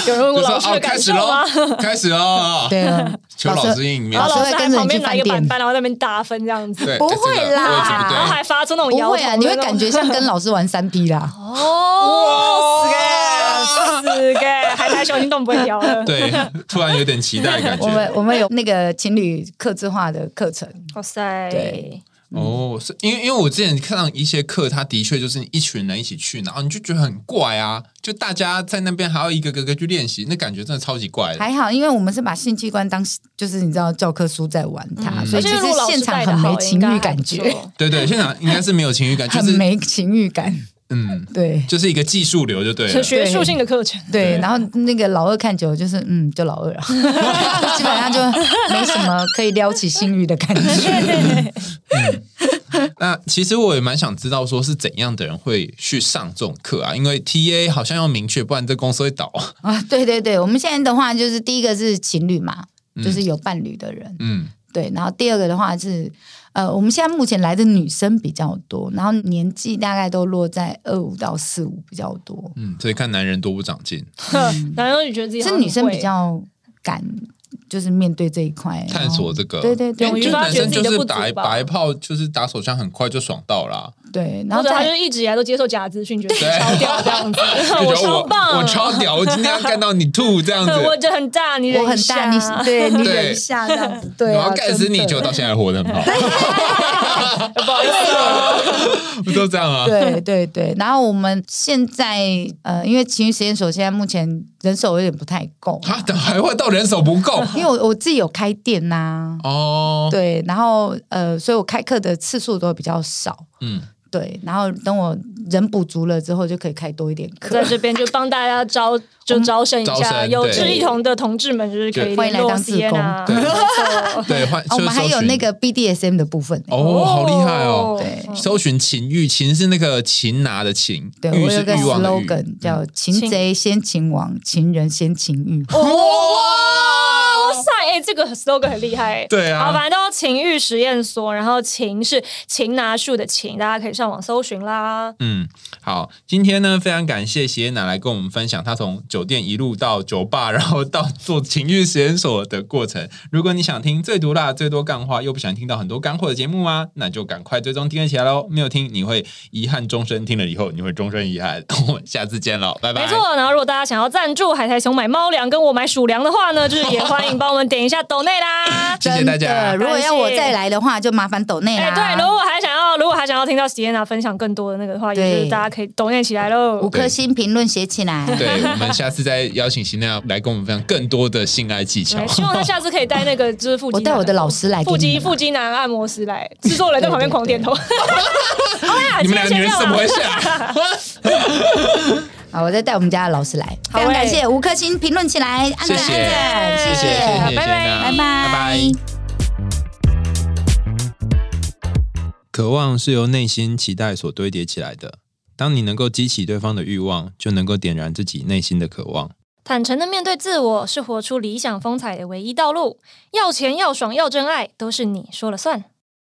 [SPEAKER 4] 有人问
[SPEAKER 2] 就
[SPEAKER 4] 过
[SPEAKER 2] 是
[SPEAKER 4] 老师
[SPEAKER 2] 哦，
[SPEAKER 4] 的
[SPEAKER 2] 开
[SPEAKER 4] 感
[SPEAKER 2] 始
[SPEAKER 4] 受
[SPEAKER 2] 喽
[SPEAKER 4] 吗？，
[SPEAKER 2] 开始喽，
[SPEAKER 3] 对 <laughs> 啊，
[SPEAKER 2] 求老师应面
[SPEAKER 4] 然。后
[SPEAKER 3] 老
[SPEAKER 4] 老
[SPEAKER 3] 师
[SPEAKER 4] 师
[SPEAKER 3] 会
[SPEAKER 4] 还
[SPEAKER 3] 跟着
[SPEAKER 4] 旁
[SPEAKER 3] 你
[SPEAKER 4] 边
[SPEAKER 3] 去
[SPEAKER 4] 拿一个
[SPEAKER 3] 饭
[SPEAKER 4] 板
[SPEAKER 3] 店
[SPEAKER 4] 板，然后在那边打分这样子，
[SPEAKER 2] 对，
[SPEAKER 3] 不
[SPEAKER 2] 哎
[SPEAKER 3] 会
[SPEAKER 2] 这个
[SPEAKER 3] 啦
[SPEAKER 2] 位置
[SPEAKER 4] 然后还发出那种
[SPEAKER 3] 不
[SPEAKER 4] 摇
[SPEAKER 3] 会啊，
[SPEAKER 4] 头
[SPEAKER 3] 你
[SPEAKER 4] 的
[SPEAKER 3] 会
[SPEAKER 4] 那
[SPEAKER 3] 感
[SPEAKER 4] 种，
[SPEAKER 3] 觉像跟老师玩三 P 啦。
[SPEAKER 4] 哦，
[SPEAKER 2] 哇
[SPEAKER 4] 死 gay 死 gay，海苔熊你动不会摇了
[SPEAKER 2] 不，对，对，突然有点期待的感
[SPEAKER 3] 我
[SPEAKER 2] 觉。
[SPEAKER 3] 们我们有那个情侣客制化的课程，
[SPEAKER 4] 哇塞，
[SPEAKER 3] 对
[SPEAKER 2] 哦，是因为因为我之前看到一些课，他的确就是一群人一起去，然后你就觉得很怪啊，就大家在那边还要一个个个去练习，那感觉真的超级怪的。
[SPEAKER 3] 还好，因为我们是把性器官当就是你知道教科书在玩它，所
[SPEAKER 4] 而
[SPEAKER 3] 以其
[SPEAKER 4] 且
[SPEAKER 3] 实
[SPEAKER 4] 如果老
[SPEAKER 3] 现
[SPEAKER 4] 师
[SPEAKER 3] 场
[SPEAKER 4] 带的
[SPEAKER 3] 很
[SPEAKER 4] 好
[SPEAKER 3] 没，情
[SPEAKER 4] 应
[SPEAKER 3] 欲
[SPEAKER 4] 该
[SPEAKER 3] 感
[SPEAKER 4] 还不
[SPEAKER 3] 觉，
[SPEAKER 4] 错
[SPEAKER 2] 对对，现场应该是没有情欲感，就
[SPEAKER 3] 很
[SPEAKER 2] 是
[SPEAKER 3] 没情欲感，
[SPEAKER 2] 嗯，
[SPEAKER 3] 对。
[SPEAKER 2] 就是一个技术流就对了
[SPEAKER 4] 是。学术性的课程，
[SPEAKER 3] 对，
[SPEAKER 2] 对
[SPEAKER 3] 然后那个老二看久了就是，嗯，就老二
[SPEAKER 4] <laughs>
[SPEAKER 3] 了，基本上就没什么可以撩起性欲的感觉。
[SPEAKER 2] 那其实我也蛮想知道，说是怎样的人会去上这种课啊？因为 T A 好像要明确，不然这公司会倒。
[SPEAKER 3] <laughs> 啊，对对对，我们现在的话就是第一个是情侣嘛，就是有伴侣的人，
[SPEAKER 2] 嗯，
[SPEAKER 3] 对，然后第二个的话是，呃，我们现在目前来的女生比较多，然后年纪大概都落在二五到四五比较多，
[SPEAKER 2] 嗯，所以看男人多不长进，
[SPEAKER 3] 哦
[SPEAKER 4] 男生就觉得自己好
[SPEAKER 3] 嗯是
[SPEAKER 4] 像
[SPEAKER 3] 女生
[SPEAKER 4] 很会
[SPEAKER 3] 比较敢，就是面对这一块
[SPEAKER 2] 探索。这个，
[SPEAKER 3] 对对对
[SPEAKER 2] 因为
[SPEAKER 4] 勇于
[SPEAKER 2] 就是
[SPEAKER 4] 发
[SPEAKER 2] 男
[SPEAKER 4] 掘
[SPEAKER 2] 生
[SPEAKER 4] 自己
[SPEAKER 2] 就
[SPEAKER 4] 的
[SPEAKER 2] 是
[SPEAKER 4] 不足
[SPEAKER 2] 打
[SPEAKER 4] 吧
[SPEAKER 2] 白炮，就是打手枪很快就爽到啦。
[SPEAKER 3] 对，然
[SPEAKER 4] 然
[SPEAKER 3] 后
[SPEAKER 4] 后他就
[SPEAKER 3] 再
[SPEAKER 4] 是一直以来都接受假资讯，觉得自己
[SPEAKER 2] 对
[SPEAKER 4] 超屌这
[SPEAKER 2] <laughs>
[SPEAKER 4] 样子，
[SPEAKER 2] 就觉得
[SPEAKER 4] 超棒，
[SPEAKER 2] 我超屌，我今天要干到你吐这样子，
[SPEAKER 4] 对， <laughs> 我就很大，你忍
[SPEAKER 3] <laughs> 我很
[SPEAKER 4] 一下
[SPEAKER 3] 大，你对你
[SPEAKER 2] 对
[SPEAKER 3] 忍一下这样子，对
[SPEAKER 2] 我
[SPEAKER 3] 啊，
[SPEAKER 2] 要干 <laughs> 死你，
[SPEAKER 3] 真的
[SPEAKER 2] 就到现在活得
[SPEAKER 3] <laughs>
[SPEAKER 2] 很好，
[SPEAKER 4] 不好意思哦，
[SPEAKER 2] 不 <laughs> 都这样啊？
[SPEAKER 3] 对对对，然后我们现在呃，因为情绪实验所现在目前人手有点不太够啊、
[SPEAKER 2] 啊，等还会到人手不够
[SPEAKER 3] 因为我我自己有开店呐、
[SPEAKER 2] 哦，
[SPEAKER 3] 对，然后呃，所以我开课的次数都比较少，
[SPEAKER 2] 嗯，
[SPEAKER 3] 对，然后等我人补足了之后，就可以开多一点课
[SPEAKER 4] <laughs> 在。这边就帮大家招，就招生一
[SPEAKER 2] 招生
[SPEAKER 4] 下，
[SPEAKER 2] 对
[SPEAKER 4] 有志一同的同志们就是可以
[SPEAKER 3] 对欢迎
[SPEAKER 4] 联
[SPEAKER 3] 来
[SPEAKER 4] 络
[SPEAKER 3] 当志
[SPEAKER 4] CN 啊，
[SPEAKER 2] 工对
[SPEAKER 4] 没错
[SPEAKER 2] 对，换
[SPEAKER 3] 啊、我们
[SPEAKER 2] 就是搜
[SPEAKER 3] 还有
[SPEAKER 2] 寻
[SPEAKER 3] 那个 BDSM 的部分，
[SPEAKER 2] <laughs> 哦，好厉害哦！
[SPEAKER 3] 对
[SPEAKER 2] 搜寻情欲，情是那个擒拿的擒，
[SPEAKER 3] 对
[SPEAKER 2] 欲
[SPEAKER 3] 我有
[SPEAKER 2] 是
[SPEAKER 3] 个
[SPEAKER 2] 欲望的欲。嗯
[SPEAKER 3] slogan 叫“擒贼先擒王，擒人先擒欲
[SPEAKER 2] 哇
[SPEAKER 4] 哇塞，哎，这个 slogan 很厉害，哎
[SPEAKER 2] 对啊
[SPEAKER 4] 好，反正都情欲实验所，然后情是擒拿术的擒，大家可以上网搜寻啦。
[SPEAKER 2] 嗯，好，今天呢，非常感谢喜耶娜来跟我们分享她从酒店一路到酒吧，然后到做情欲实验所的过程。如果你想听最毒辣、最多干话，又不想听到很多干货的节目吗？那就赶快追踪订阅起来喽！哦没有听，你会遗憾终身；听了以后，你会终身遗憾。我们下次见喽，拜拜！。”。
[SPEAKER 4] 没错，然后如果大家想要赞助海苔熊买猫粮跟我买鼠粮的话呢，就是也欢迎帮我们点一下抖内啦
[SPEAKER 2] 谢谢大家
[SPEAKER 3] 真的，嗯如果要我再来的话，就麻烦抖内
[SPEAKER 4] 哎、
[SPEAKER 3] 啦。
[SPEAKER 4] 对，如果还想要，如果还想要听到 Sienna 分享更多的那个的话，也就是
[SPEAKER 3] 对
[SPEAKER 4] 大家可以抖念起来喽。
[SPEAKER 3] 五颗星评论写起来。
[SPEAKER 2] 对，我们下次再邀请新娜来跟我们分享更多的性爱技巧
[SPEAKER 4] 对，。希望他下次可以带那个就是腹肌
[SPEAKER 3] 我
[SPEAKER 4] 男，啊
[SPEAKER 3] 带我的老师来给
[SPEAKER 4] 腹
[SPEAKER 3] 你
[SPEAKER 4] 肌
[SPEAKER 3] 们啊
[SPEAKER 4] 腹肌男按摩师来，制作人在旁边狂点头。好
[SPEAKER 2] <laughs>
[SPEAKER 4] 啦，
[SPEAKER 2] <laughs> 你们俩
[SPEAKER 4] 今
[SPEAKER 2] 女人
[SPEAKER 4] 天先
[SPEAKER 2] 怎么
[SPEAKER 4] 这样啦
[SPEAKER 2] 回事啊？ <laughs>
[SPEAKER 3] 好，我再带我们家的老师来，
[SPEAKER 4] 好
[SPEAKER 3] 非常感
[SPEAKER 4] 欸
[SPEAKER 3] 谢五颗星评论起来，按
[SPEAKER 2] 谢
[SPEAKER 3] 赞
[SPEAKER 2] 谢，
[SPEAKER 3] 按赞，
[SPEAKER 2] 谢谢，谢谢，
[SPEAKER 4] 好
[SPEAKER 2] 谢谢
[SPEAKER 4] 拜拜
[SPEAKER 2] 娜
[SPEAKER 3] 拜拜
[SPEAKER 2] 拜拜。渴望是由内心期待所堆叠起来的。当你能够激起对方的欲望，就能够点燃自己内心的渴望。
[SPEAKER 4] 坦诚的面对自我是活出理想风采的唯一道路。要钱、要爽、要真爱，都是你说了算。